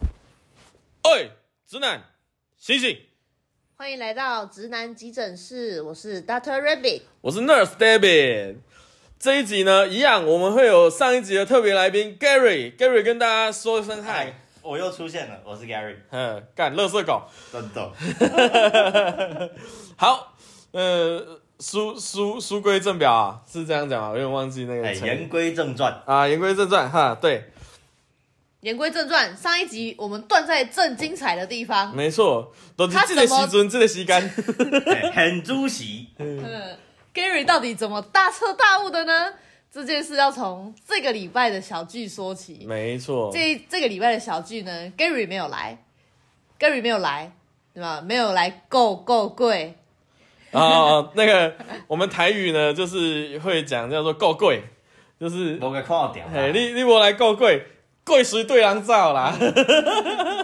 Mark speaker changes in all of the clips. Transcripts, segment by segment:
Speaker 1: 哎直男，醒醒！
Speaker 2: 欢迎来到直男急诊室，我是 Doctor Rabbit。
Speaker 1: 我是 Nurse David。这一集呢，一样我们会有上一集的特别来宾 Gary，Gary 跟大家说一声嗨
Speaker 3: 嗨。，哎我又出现了，我是 Gary，
Speaker 1: 嗯，干，乐色狗。
Speaker 3: 真的，
Speaker 1: 好，呃，书书书归正表啊，是这样讲啊，我有点忘记那
Speaker 3: 哎，
Speaker 1: 个成语
Speaker 3: 言归正传，
Speaker 1: 啊。言归正传哈，对，
Speaker 2: 言归正传，上一集我们断在正精彩的地方，
Speaker 1: 没错，都是
Speaker 2: 他
Speaker 1: 这个
Speaker 2: 怎么
Speaker 1: 时尊，这个时间。
Speaker 3: 哎很主席，
Speaker 2: 嗯，Gary 到底怎么大彻大悟的呢？这件事要从这个礼拜的小剧说起。
Speaker 1: 没错，
Speaker 2: 这这个礼拜的小剧呢，Gary 没有来，Gary 没有来，对吧？没有来够够贵，
Speaker 1: 啊，那个我们台语呢，就是会讲叫做够贵，就是
Speaker 3: 我啊给看掉
Speaker 1: 嘿，
Speaker 3: 了，
Speaker 1: 哎你你无来够贵，贵谁对人走啦？嗯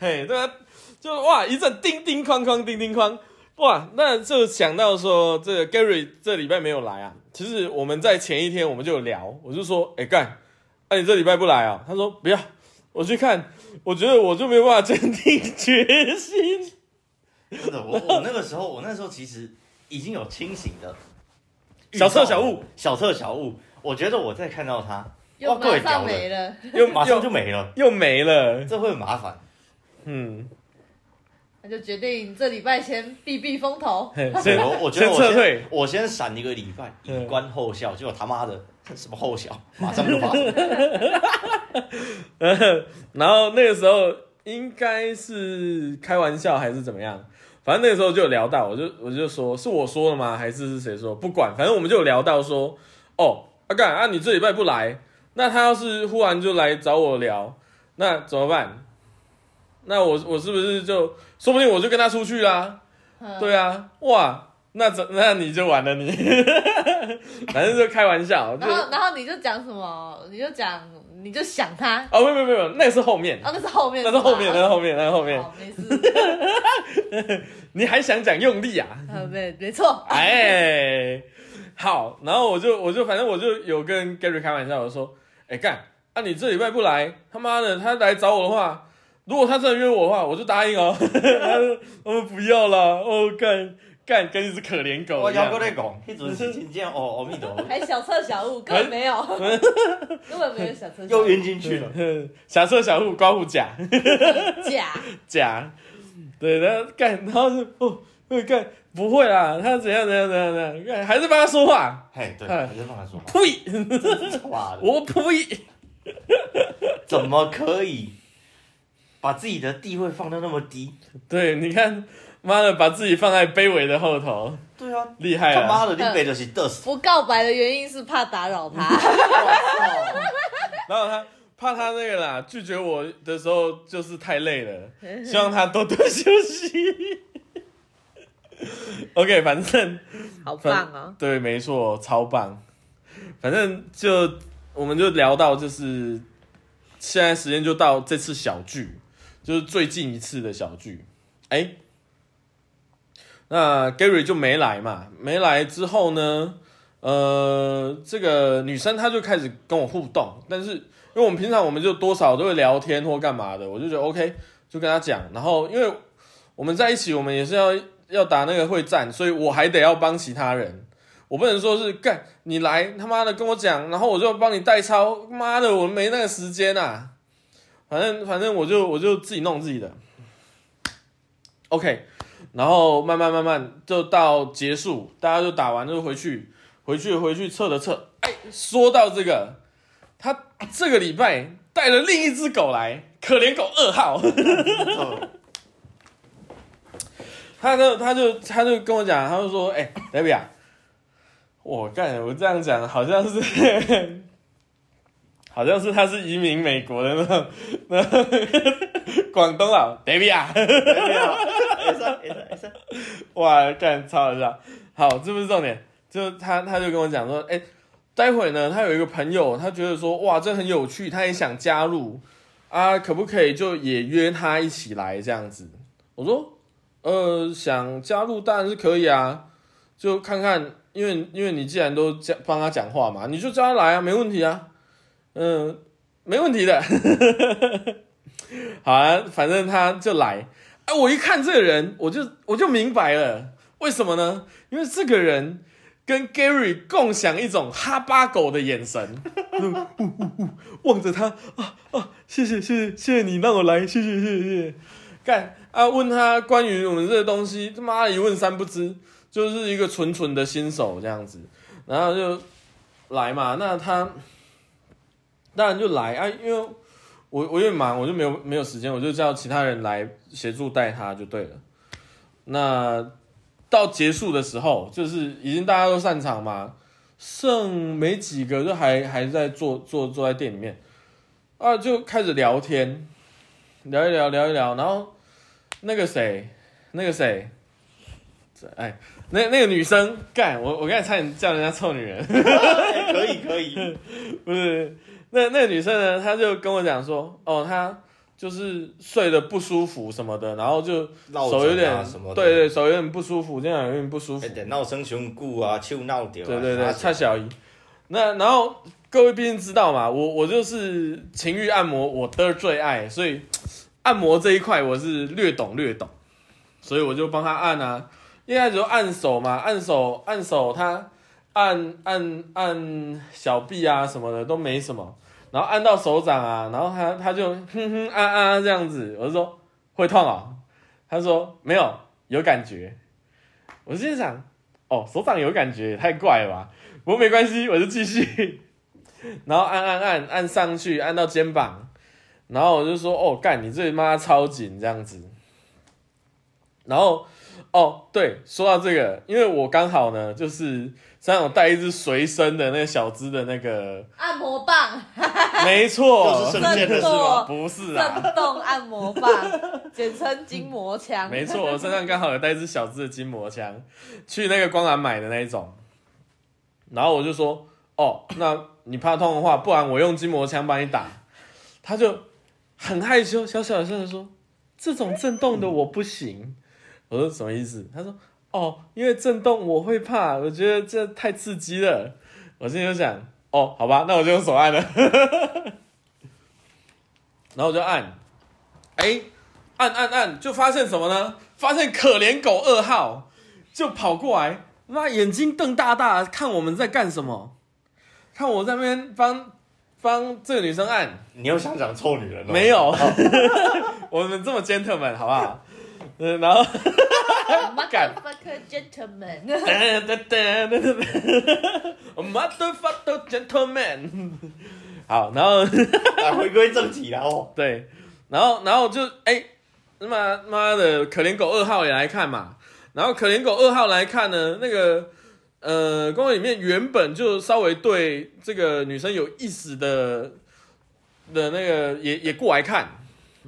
Speaker 1: 嘿，对啊，就哇一阵叮叮哐哐叮叮哐，哇，那就想到说这个 Gary 这礼拜没有来啊。其实我们在前一天我们就有聊，我就说，哎、干，那、你这礼拜不来啊？他说不要，我去看，我觉得我就没有办法坚定决心。
Speaker 3: 真的，我我那个时候，我那时候其实已经有清醒的
Speaker 1: 小测小悟，
Speaker 3: 小测小悟，我觉得我再看到他，
Speaker 2: 又
Speaker 3: 够
Speaker 2: 马
Speaker 3: 会屌
Speaker 2: 上没
Speaker 3: 了，
Speaker 2: 了。
Speaker 1: 又
Speaker 3: 马上就
Speaker 1: 又
Speaker 3: 没了，
Speaker 1: 又没了，
Speaker 3: 这会麻烦，
Speaker 1: 嗯，
Speaker 2: 那就决定这礼拜先避避风头。
Speaker 1: 嘿
Speaker 3: 对，
Speaker 1: 先
Speaker 3: 我我觉
Speaker 1: 先
Speaker 3: 得我
Speaker 1: 撤退
Speaker 3: 先。我先闪一个礼拜，
Speaker 1: 嗯
Speaker 3: 以观后效，结果他妈的什么 后效，马上就发生，
Speaker 1: 呃， 然后那个时候应该是开玩笑还是怎么样，反正那个时候就有聊到，我就我就说是我说的吗？还是是谁说？不管，反正我们就有聊到说，哦，阿、干啊，你这礼拜不来，那他要是忽然就来找我聊，那怎么办？那我我是不是就说不定我就跟他出去啦？
Speaker 2: 嗯
Speaker 1: 对啊，哇，那怎那你就完了你， 反正就开玩笑，就
Speaker 2: 然后，然后你就讲什么？你就讲，你就想他。
Speaker 1: 哦，没有没有没有，那是后面，
Speaker 2: 啊，那是后面
Speaker 1: 嗯那
Speaker 2: 吧，
Speaker 1: 是后面，那是后面，那是后面。
Speaker 2: 哦，没事，
Speaker 1: 你还想讲用力 啊？
Speaker 2: 呃，没没错，
Speaker 1: 哎，好，然后我就我就反正我就有跟 Gary 开玩笑，我说，哎干，啊你这礼拜不来，他妈的，他来找我的话，如果他真的约我的话，我就答应哦。 他说，我们不要了，哦干干跟一只可怜狗
Speaker 3: 我
Speaker 1: 一
Speaker 3: 摇
Speaker 1: 样
Speaker 3: 过。那拱，一准是今天哦，阿 弥陀佛，
Speaker 2: 还小测小悟，根本没有，
Speaker 1: 哎
Speaker 2: 根本没有小测小
Speaker 3: 又
Speaker 2: 悟，
Speaker 3: 晕进去了，
Speaker 1: 小色小户刮胡甲
Speaker 2: 假，
Speaker 1: 甲，对，然后干，然后就哦，哦干不会啦，他怎样怎样怎样怎样，干还是帮他说话，
Speaker 3: 嘿，对，
Speaker 1: 哎
Speaker 3: 还是放 他说吧。
Speaker 1: 呸，
Speaker 3: 哇，
Speaker 1: 我呸。
Speaker 3: 怎么可以把自己的地位放到那么低？
Speaker 1: 对，你看，妈的，把自己放在卑微的后头，
Speaker 3: 对啊，
Speaker 1: 厉害
Speaker 3: 他
Speaker 1: 了。
Speaker 3: 妈的，你北就是得死。
Speaker 2: 不告白的原因是怕打扰他，
Speaker 1: 然后他怕他那个啦，拒绝我的时候就是太累了，希望他多多休息。OK，反正
Speaker 2: 好棒
Speaker 1: 棒啊
Speaker 2: 哦！
Speaker 1: 对，没错，超棒。反正就我们就聊到，就是现在时间就到这次小聚，就是最近一次的小聚。哎、那 Gary 就没来嘛，没来之后呢，呃，这个女生她就开始跟我互动，但是因为我们平常我们就多少都会聊天或干嘛的，我就觉得 OK，就跟她讲。然后因为我们在一起，我们也是要要打那个会战，所以我还得要帮其他人。我不能说是干你来他妈的跟我讲，然后我就帮你代操，妈的我没那个时间啊。反正反正我就我就自己弄自己的。OK，然后慢慢慢慢就到结束，大家就打完就回去，回去回去测了测。哎，说到这个，他这个礼拜带了另一只狗来，可怜狗二号。他就他就他就跟我讲，他就说：“哎、欸，比啊，我干，我这样讲好像是， 好像是他是移民美国的那种， 那种广东佬 d a 啊，
Speaker 3: 没事没事没事，
Speaker 1: 哇，干超好笑。好，这不是重点，就他他就跟我讲说，哎、待会呢，他有一个朋友，他觉得说，哇，这很有趣，他也想加入啊，可不可以就也约他一起来这样子？我说，呃，想加入当然是可以啊，就看看，因为因为你既然都讲帮他讲话嘛，你就叫他来啊，没问题啊，嗯、没问题的。 好啊，反正他就来。哎、我一看这个人，我就我就明白了，为什么呢？因为这个人跟 Gary 共享一种哈巴狗的眼神， 嗯呜呜呜，望着他啊啊，谢谢谢谢谢谢你让我来，谢谢谢谢谢谢。干啊，问他关于我们这个东西，他妈的一问三不知，就是一个纯纯的新手这样子，然后就来嘛，那他当然就来啊，因为我我有点忙，我就没有没有时间，我就叫其他人来协助带他就对了。那到结束的时候，就是已经大家都散场嘛，剩没几个，就还还在坐坐坐在店里面啊，就开始聊天，聊一聊聊一聊，然后那个谁，那个谁，这哎，那那个女生干我，我刚才差点叫人家臭女人。
Speaker 3: 可以可以，
Speaker 1: 不是，那那个女生呢，她就跟我讲说，哦，她就是睡得不舒服什么的，然后就
Speaker 3: 闹
Speaker 1: 手有
Speaker 3: 钟
Speaker 1: 点、
Speaker 3: 啊什么的，
Speaker 1: 对对，手有点不舒服，这样有点不舒服
Speaker 3: 哎，，得闹声雄故啊，就闹掉啊，
Speaker 1: 对对对，
Speaker 3: 啥
Speaker 1: 蔡小姨。那然后各位毕竟知道嘛，我我就是情欲按摩我的最爱，所以按摩这一块我是略懂略懂，所以我就帮她按啊，一开始就按手嘛，按手按手她按按按小臂啊什么的都没什么，然后按到手掌啊，然后她她就哼哼啊啊这样子，我就说会痛啊、她说没有有感觉，我就想。哦，手掌有感觉，也太怪了吧？不过没关系，我就继续， 然后按按按按上去，按到肩膀，然后我就说，哦，干，你这妈超紧这样子。然后，哦，对，说到这个，因为我刚好呢，就是身上有带一只随身的那个小只的那个，
Speaker 2: 按摩棒，
Speaker 1: 没 错，
Speaker 3: 又是圣剑的是
Speaker 2: 吗
Speaker 1: 不是啊，
Speaker 2: 震动按摩棒，简称筋膜枪。啊
Speaker 1: 没错，我身上刚好有带一支小支的筋膜枪，去那个光南买的那一种。然后我就说：“哦，那你怕痛的话，不然我用筋膜枪帮你打。”他就很害羞，小小声的说：“这种震动的我不行。”我说：“什么意思？”他说：“哦，因为震动我会怕，我觉得这太刺激了。”我心里就想：“哦，好吧，那我就用手按了。” 然后我就按，哎、按按按，就发现什么呢？发现可怜狗二号就跑过来，妈眼睛瞪大大看我们在干什么，看我在那边帮帮这个女生按，
Speaker 3: 你又想讲臭女人了？
Speaker 1: 没 有，哦我们这么 gentleman 好不好？嗯，然后
Speaker 2: Motherfucker gentleman，
Speaker 1: 噔噔噔噔噔，motherfucker gentleman，好，然后。
Speaker 3: 来回归正题啦哦。
Speaker 1: 对，然后然后就哎，妈妈的可怜狗二号也来看嘛，然后可怜狗二号来看呢，那个呃公园里面原本就稍微对这个女生有意思的的那个也也过来看，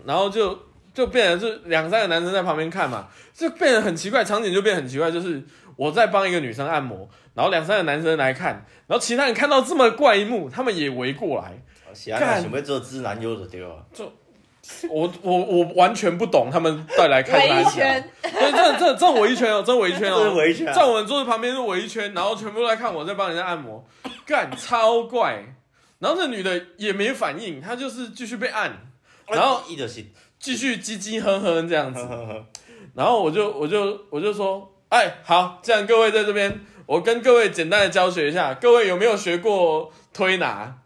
Speaker 1: 然后就就变成是两三个男生在旁边看嘛，就变得很奇怪，场景就变得很奇怪，就是我在帮一个女生按摩，然后两三个男生来看，然后其他人看到这么怪一幕，他们也围过来。
Speaker 3: 喜欢
Speaker 1: 干
Speaker 3: 想要做知男优的对吧？
Speaker 1: 我我我完全不懂他们带来看
Speaker 2: 围
Speaker 1: 哪
Speaker 2: 一
Speaker 1: 里啊。
Speaker 2: 圈，
Speaker 1: 对，这这这围一圈哦，这围一圈
Speaker 3: 这是
Speaker 1: 哦，
Speaker 3: 围圈啊，
Speaker 1: 在我们桌子旁边是围一圈，然后全部都在看我在帮人家按摩，干超怪。然后这女的也没反应，她就是继续被按，然后
Speaker 3: 一就是，
Speaker 1: 继续唧唧哼哼这样
Speaker 3: 呵
Speaker 1: 子。
Speaker 3: 呵呵
Speaker 1: 然后我就我就我就说，哎，好，既然各位在这边，我跟各位简单的教学一下，各位有没有学过推拿？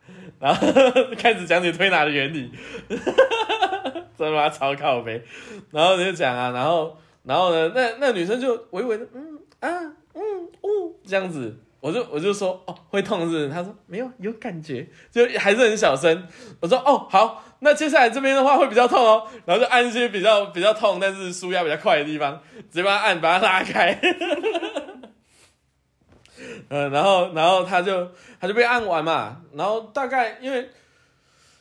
Speaker 1: 然后 开始讲解推拿的原理，真他妈超靠呗。然后你就讲啊，然后然后呢，那那女生就微微的，嗯啊嗯哦这样子。我就我就说哦会痛是不是？她说没有有感觉，就还是很小声。我说哦好，那接下来这边的话会比较痛哦，然后就按一些比较比较痛，但是舒压比较快的地方，直接把它按把它拉开。 嗯，然后然后他就他就被按完嘛，然后大概因为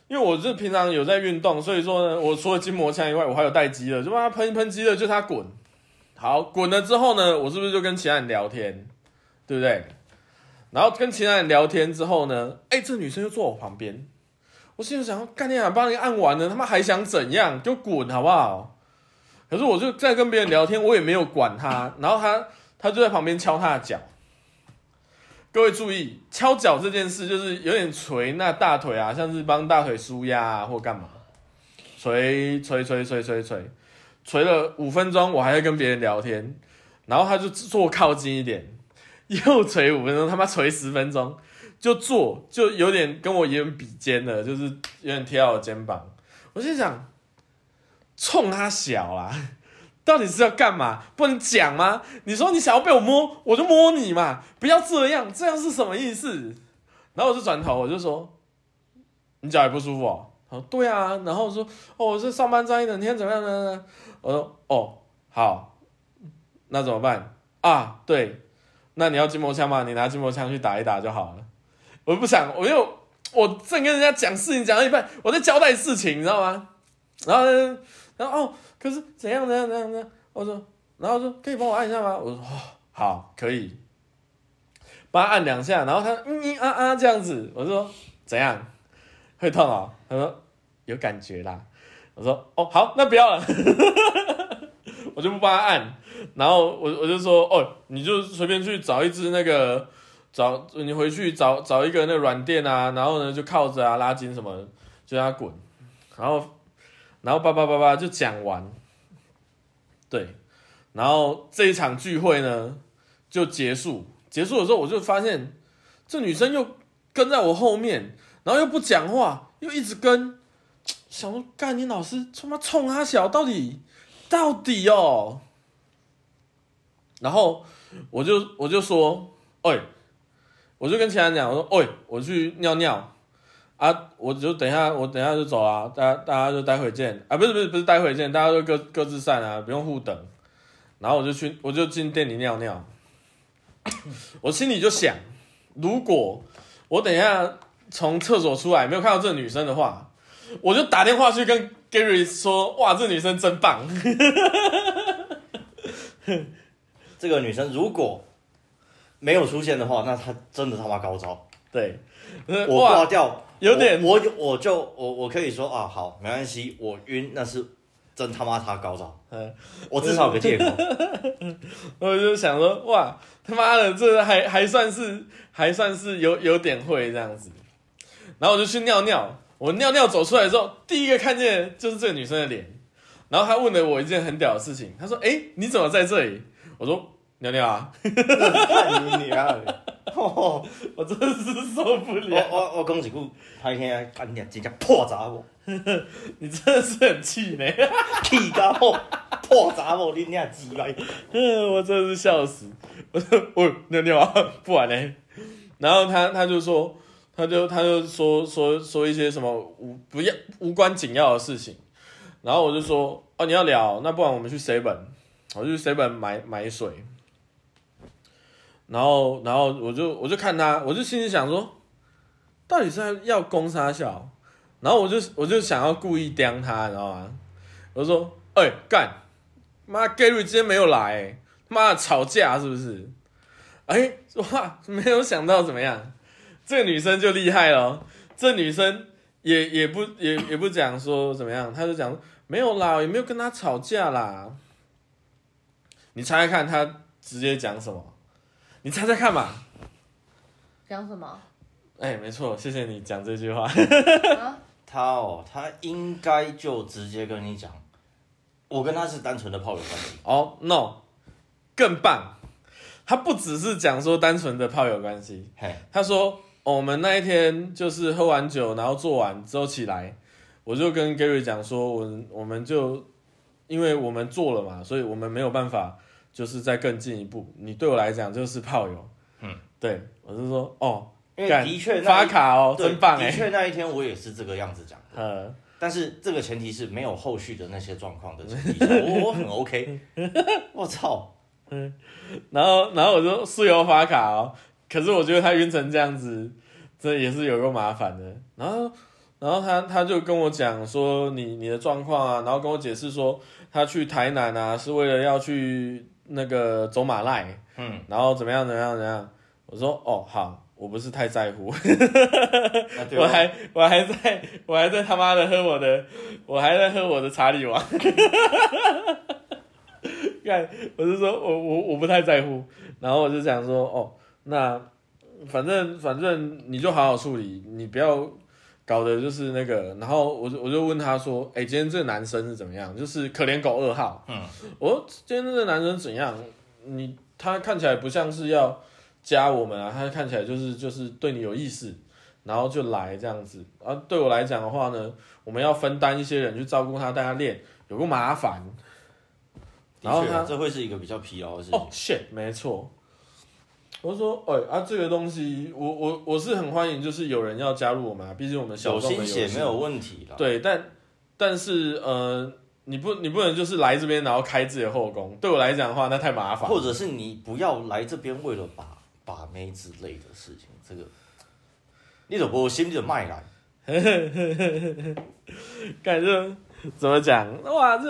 Speaker 1: 因为我是平常有在运动，所以说呢，我除了筋膜枪以外，我还有带肌的，就帮他喷一喷肌的，就他滚。好，滚了之后呢，我是不是就跟其他人聊天，对不对？然后跟其他人聊天之后呢，哎，这女生就坐我旁边，我心里想说，干你娘，帮你按完了，他妈还想怎样？就滚好不好？可是我就在跟别人聊天，我也没有管他，然后他他就在旁边敲他的脚，各位注意，敲脚这件事就是有点捶那大腿啊，像是帮大腿舒压啊，或干嘛，捶捶捶捶捶捶，捶了五分钟，我还在跟别人聊天，然后他就坐靠近一点，又捶五分钟，他妈捶十分钟，就坐就有点跟我有点比肩了，就是有点贴到我肩膀，我心想，冲他小啦。 到底是要干嘛？不能讲吗？你说你想要被我摸，我就摸你嘛，不要这样，这样是什么意思？然后我就转头，我就说，你脚也不舒服哦。他说对啊，然后我说，哦，我是上班站一整天，怎么样怎么样？我说，哦，好，那怎么办啊？对，那你要筋膜枪吗？你拿筋膜枪去打一打就好了。我不想，我又我正跟人家讲事情讲到一半，我在交代事情，你知道吗？然后呢，然后哦，可是怎样怎样怎样怎样？我说，然后说可以帮我按一下吗？我说、哦、好，可以。帮他按两下，然后他嗯嗯啊啊这样子，我说怎样？会痛哦？他说有感觉啦。我说哦好，那不要了， 我就不帮他按。然后我我就说哦，你就随便去找一只那个找你回去找找一个那个软垫啊，然后呢就靠着啊拉筋什么的，就让他滚。然后然后叭叭叭叭就讲完，对，然后这一场聚会呢就结束。结束的时候，我就发现这女生又跟在我后面，然后又不讲话，又一直跟，想说干你老师他妈冲他小，到底到底哦。然后我就我就说，哎、我就跟其他人讲，我说，哎、我去尿尿。啊，我就等一下，我等一下就走啊，大家大家就待会见啊，不是不是不是待会见，大家就各各自散啊，不用互等。然后我就去，我就进店里尿尿。我心里就想，如果我等一下从厕所出来没有看到这个女生的话，我就打电话去跟 Gary 说，哇，这女生真棒。
Speaker 3: 这个女生如果没有出现的话，那她真的他妈高招。
Speaker 1: 对，
Speaker 3: 我
Speaker 1: 哇
Speaker 3: 挂，掉，
Speaker 1: 有点
Speaker 3: 我我我就我我可以说啊，好，没关系，我晕，那是真他妈他高招，
Speaker 1: 嗯
Speaker 3: 我至少有个借 口。
Speaker 1: 我就想说，哇，他妈的，这还还算是还算是有有点会这样子。然后我就去尿尿，我尿尿走出来之后，第一个看见的就是这个女生的脸。然后她问了我一件很屌的事情，她说：“哎、你怎么在这里？”我说：“尿尿啊
Speaker 3: 看你你啊！哦！”
Speaker 1: 我真的是受不
Speaker 3: 我
Speaker 1: 了，
Speaker 3: 我我讲一句，歹听啊，干你啊，真正破查某，
Speaker 1: 你真的是很气馁。
Speaker 3: 气到吼， 破查某，你俩鸡巴！
Speaker 1: 嗯，我真的是笑死！我说我尿尿啊，不玩嘞、然后他他就说，他就他就说说说一些什么无不要无关紧要的事情，然后我就说哦你要聊，那不然我们去 seven，我就去 seven 买买水，然后然后我就我就看他，我就心里想说，到底是要攻杀小，然后我就我就想要故意刁他，你知道吗？我就说哎、干。妈，Gary 今天没有来、欸，妈的吵架是不是？哎、哇，没有想到怎么样，这个女生就厉害了哦，这女生也也不也也不讲说怎么样，她就讲没有啦，也没有跟他吵架啦。你猜猜看，她直接讲什么？你猜猜看嘛。
Speaker 2: 讲什么？
Speaker 1: 哎、没错，谢谢你讲这句话。
Speaker 2: 啊，
Speaker 3: 他哦，他应该就直接跟你讲，我跟他是单纯的炮友关系。
Speaker 1: 哦、n o 更棒，她不只是讲说单纯的炮友关系，
Speaker 3: 嘿，
Speaker 1: 他说、哦我们那一天就是喝完酒，然后做完之后起来，我就跟 Gary 讲说，我我们就因为我们做了嘛，所以我们没有办法就是再更进一步。你对我来讲就是炮友，嗯，对我是说哦，
Speaker 3: 因为
Speaker 1: 干
Speaker 3: 的确那
Speaker 1: 发
Speaker 3: 一
Speaker 1: 卡哦，
Speaker 3: 对
Speaker 1: 真棒
Speaker 3: 的
Speaker 1: 哎，
Speaker 3: 确那一天我也是这个样子讲，
Speaker 1: 呃，
Speaker 3: 但是这个前提是没有后续的那些状况的前提下，我我 很 OK。我操，
Speaker 1: 然后然后我就室友发卡哦，可是我觉得他晕成这样子，这也是有够麻烦的。然后然后他他就跟我讲说你你的状况啊，然后跟我解释说他去台南啊是为了要去那个走马赖，
Speaker 3: 嗯，
Speaker 1: 然后怎么样怎么样怎么样。我说哦好，我不是太在乎，
Speaker 3: 那对啊
Speaker 1: 我
Speaker 3: 吧？
Speaker 1: 还我还在我还在他妈的喝我的，我还在喝我的查理王。 看，我就说我我我不太在乎，然后我就想说哦，那反正反正你就好好处理，你不要搞的就是那个。然后我就我就问他说，哎、今天这个男生是怎么样？就是可怜狗二号。
Speaker 3: 嗯，
Speaker 1: 我说今天这个男生怎样？你他看起来不像是要加我们啊，他看起来就是就是对你有意思，然后就来这样子。啊，对我来讲的话呢，我们要分担一些人去照顾他，带他练，有个麻烦。
Speaker 3: 的
Speaker 1: 然后他
Speaker 3: 确，这会是一个比较疲劳的事情。
Speaker 1: 哦、shit，没错。我说，哎、啊，这个东西，我我我是很欢迎，就是有人要加入我们啊，毕竟我们小
Speaker 3: 有
Speaker 1: 众的
Speaker 3: 心
Speaker 1: 游戏
Speaker 3: 血没有问题啦。
Speaker 1: 对，但但是呃，你不你不能就是来这边然后开自己的后宫，对我来讲的话，那太麻烦。
Speaker 3: 或者是你不要来这边为了把把妹之类的事情，这个你怎么心你怎么卖来？
Speaker 1: 感觉怎么讲？哇，这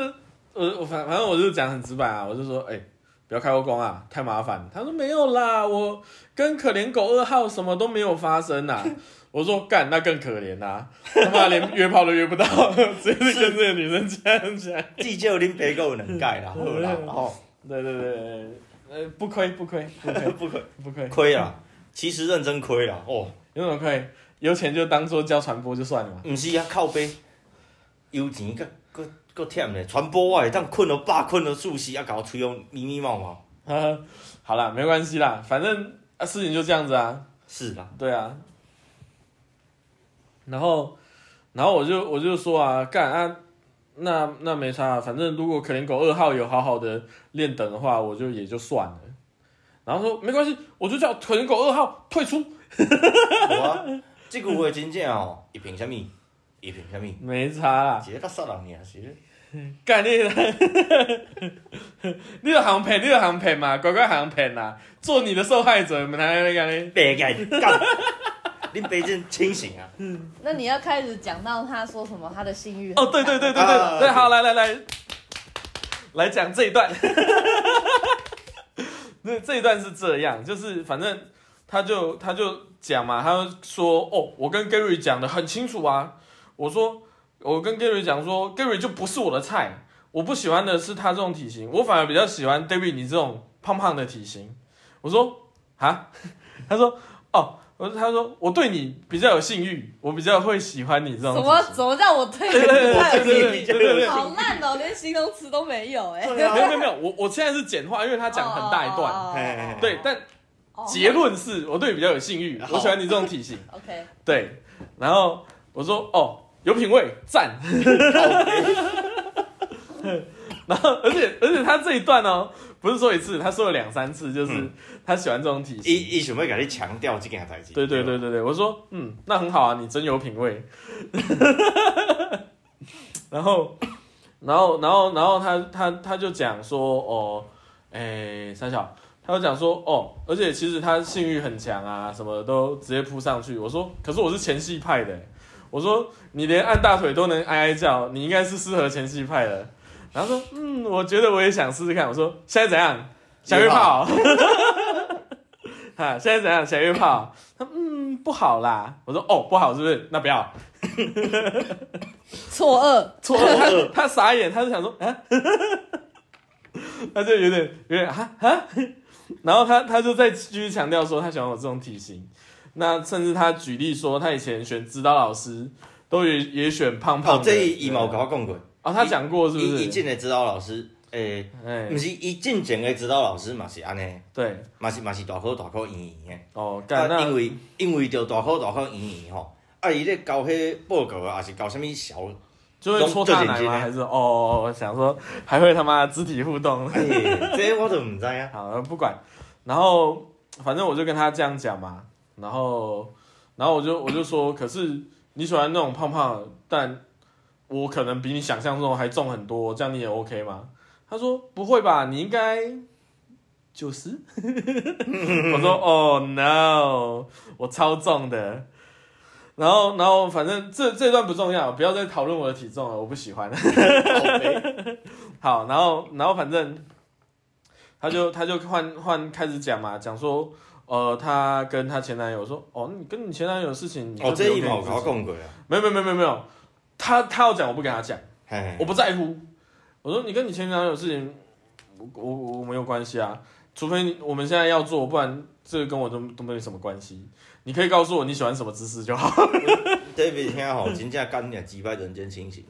Speaker 1: 我我反反正我就讲很直白啊，我就说，哎、不要开后宫啊，太麻烦。他说没有啦，我跟可怜狗二号什么都没有发生呐、啊。我说干，那更可怜呐、啊，他妈连约炮都约不到，直接跟这个女生这样讲。
Speaker 3: 地就拎别够能盖啦，好 啦，哦，
Speaker 1: 对对对对，呃，不亏不亏不亏
Speaker 3: 不亏
Speaker 1: 不亏，
Speaker 3: 亏啦，其实认真亏啦，哦，
Speaker 1: 有什么亏？有钱就当做教传播就算了嘛。
Speaker 3: 毋是啊，靠背，有钱个个个忝咧，传播我会当困到饱，困到猝死，啊，甲我吹到咪咪毛毛，
Speaker 1: 好啦，没关系啦，反正啊事情就这样子啊。
Speaker 3: 是啦，
Speaker 1: 对啊。然后，然后我就我就说啊，干啊，那那没差、啊，反正如果可怜狗二号有好好的练等的话，我就也就算了。然后说没关系，我就叫可怜狗二号退出。
Speaker 3: 有啊，即句话真正哦，一凭啥物，一凭啥物，
Speaker 1: 没差啦，
Speaker 3: 一个垃圾人尔，是咧，
Speaker 1: 干你啦，你就行骗，你就行骗嘛，乖乖行骗啦，做你的受害者，们还那个呢？
Speaker 3: 白干干，恁白真清醒啊，
Speaker 2: 那你要开始讲到他说什么，他的性欲
Speaker 1: 哦，对对对对对
Speaker 3: 啊
Speaker 1: 对，好，来来来，来讲这一段。 那这一段是这样，就是反正他就他就讲嘛，他就说哦，我跟 Gary 讲的很清楚啊，我说我跟 Gary 讲说，Gary 就不是我的菜，我不喜欢的是他这种体型，我反而比较喜欢 David 你这种胖胖的体型。我说啊， 他说哦，我他说我对你比较有性欲，我比较会喜欢你这种
Speaker 2: 什
Speaker 1: 体型。
Speaker 2: 么什么 叫我退
Speaker 1: 对对对
Speaker 2: 太
Speaker 1: 对对对对对
Speaker 2: 好烂哦，连形容词都没有哎。
Speaker 3: 对
Speaker 1: 没有没
Speaker 3: 啊，
Speaker 1: 有没有，我我现在是简化，因为他讲很大一段。
Speaker 2: 哦
Speaker 3: 嘿嘿嘿
Speaker 1: 对，但
Speaker 2: 哦
Speaker 1: 结论是我对你比较有性欲，
Speaker 3: 好
Speaker 1: 我喜欢你这种体型。
Speaker 2: OK，
Speaker 1: 对，然后我说哦，有品味，赞。然后，而且而且他这一段哦，不是说一次，他说了两三次，就是
Speaker 3: 嗯
Speaker 1: 他喜欢这种体型。
Speaker 3: 伊伊想要甲你强调即件代志，
Speaker 1: 对对对对对，我说嗯，那很好啊，你真有品味。 然后，然后，然后，然后他他他就讲说哦，哎，三小，他就讲说哦，而且其实他性欲很强啊，什么都直接扑上去。我说，可是我是前戏派的，我说你连按大腿都能哀哀叫，你应该是适合前戏派的。然后说嗯，我觉得我也想试试看。我说现在怎样？小约炮。 哈，现在怎样？小约炮。嗯，不好啦。我说哦，不好是不是？那不要。
Speaker 2: 错愕，
Speaker 1: 错愕， 他他傻眼，他就想说啊， 他就有点有点啊啊，然后他他就再继续强调说他喜欢我这种体型。那甚至他举例说，他以前选指导老师都也也选胖胖
Speaker 3: 哦，
Speaker 1: 的。
Speaker 3: 这伊伊嘛有甲
Speaker 1: 搞
Speaker 3: 我讲过，
Speaker 1: 哦，他讲过是不
Speaker 3: 伊伊
Speaker 1: 是？
Speaker 3: 进的指导老师，诶，
Speaker 1: 哎
Speaker 3: 毋，是伊进前的指导老师嘛是安尼，
Speaker 1: 对，
Speaker 3: 嘛是嘛是大口大口圆圆的，
Speaker 1: 哦，干
Speaker 3: 但因
Speaker 1: 那
Speaker 3: 为因为着大口大口圆圆吼，啊伊咧交迄报告啊，还是交啥物小，
Speaker 1: 就会搓大奶
Speaker 3: 这
Speaker 1: 吗？
Speaker 3: 点
Speaker 1: 还是哦哦，我想说还会他妈肢体互动。
Speaker 3: 哎，这我都毋 知啊，
Speaker 1: 好，不管。然后反正我就跟他这样讲嘛，然后然后我就我就说，可是你喜欢那种胖胖的，但我可能比你想象中还重很多，这样你也 OK 吗？他说不会吧，你应该九十。 我说哦、no，我超重的。然后，然后，反正这这段不重要，不要再讨论我的体重了，我不喜欢。哦
Speaker 3: 靠北
Speaker 1: 好，然后然后反正他就他就换换开始讲嘛，讲说呃，她跟她前男友说，哦，你跟你前男友的事情，你就
Speaker 3: 哦，这
Speaker 1: 留
Speaker 3: 伊
Speaker 1: 给
Speaker 3: 嘛有
Speaker 1: 你
Speaker 3: 甲我
Speaker 1: 自己
Speaker 3: 讲过啊，
Speaker 1: 没有没有没有没有没有，他他要讲我不跟他讲，
Speaker 3: 嘿，
Speaker 1: 我不在乎。我说你跟你前男友的事情，我我我没有关系啊。除非我们现在要做，不然这个跟我都都没什么关系。你可以告诉我你喜欢什么姿势就好。
Speaker 3: David 现在吼， 真正干你击败人间清醒，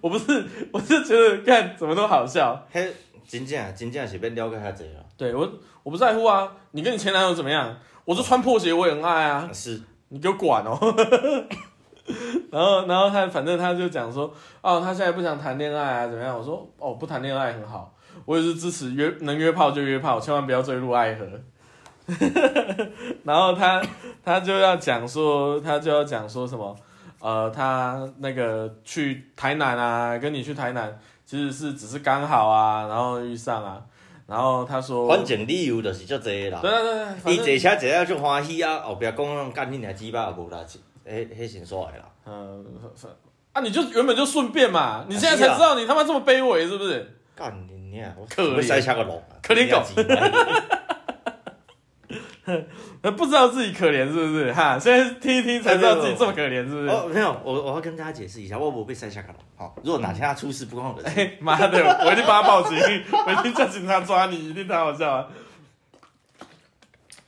Speaker 1: 我不是，我是觉得看怎么都好笑。
Speaker 3: 嘿，真正真正是变了解较济啊。
Speaker 1: 对我，我不在乎啊。你跟你前男友怎么样？我就穿破鞋我也很爱啊。
Speaker 3: 是，
Speaker 1: 你给我管哦。 然后，然后他反正他就讲说，哦，他现在不想谈恋爱啊，怎么样？我说，哦，不谈恋爱很好，我也是支持约能约炮就约炮，千万不要坠入爱河。 然后他他就要讲说，他就要讲说什么，呃，他那个去台南啊，跟你去台南其实是只是刚好啊，然后遇上啊，然后他说，
Speaker 3: 反正理由就是足济啦。
Speaker 1: 对对对，对反
Speaker 3: 你坐
Speaker 1: 正
Speaker 3: 车坐了足欢喜啊，后壁讲讲干你娘鸡巴也无啦，迄迄先煞的啦。
Speaker 1: 嗯，啊，你就原本就顺便嘛，你现在
Speaker 3: 是
Speaker 1: 才
Speaker 3: 啊
Speaker 1: 知道你他妈这么卑微是不是？
Speaker 3: 干你娘，我
Speaker 1: 可怜
Speaker 3: 我塞车个龙啊，
Speaker 1: 可怜狗
Speaker 3: 你娘鸡巴。
Speaker 1: 呃不知道自己可怜是不是？哈，现在听一听才知道自己这么可怜是不是？
Speaker 3: 哦，没有，我我要跟大家解释一下，我我被塞车个龙。好，如果哪天他出事不关我的事。
Speaker 1: 哎妈的，我一定帮他报警，我一定叫警察抓你，一定太好笑了。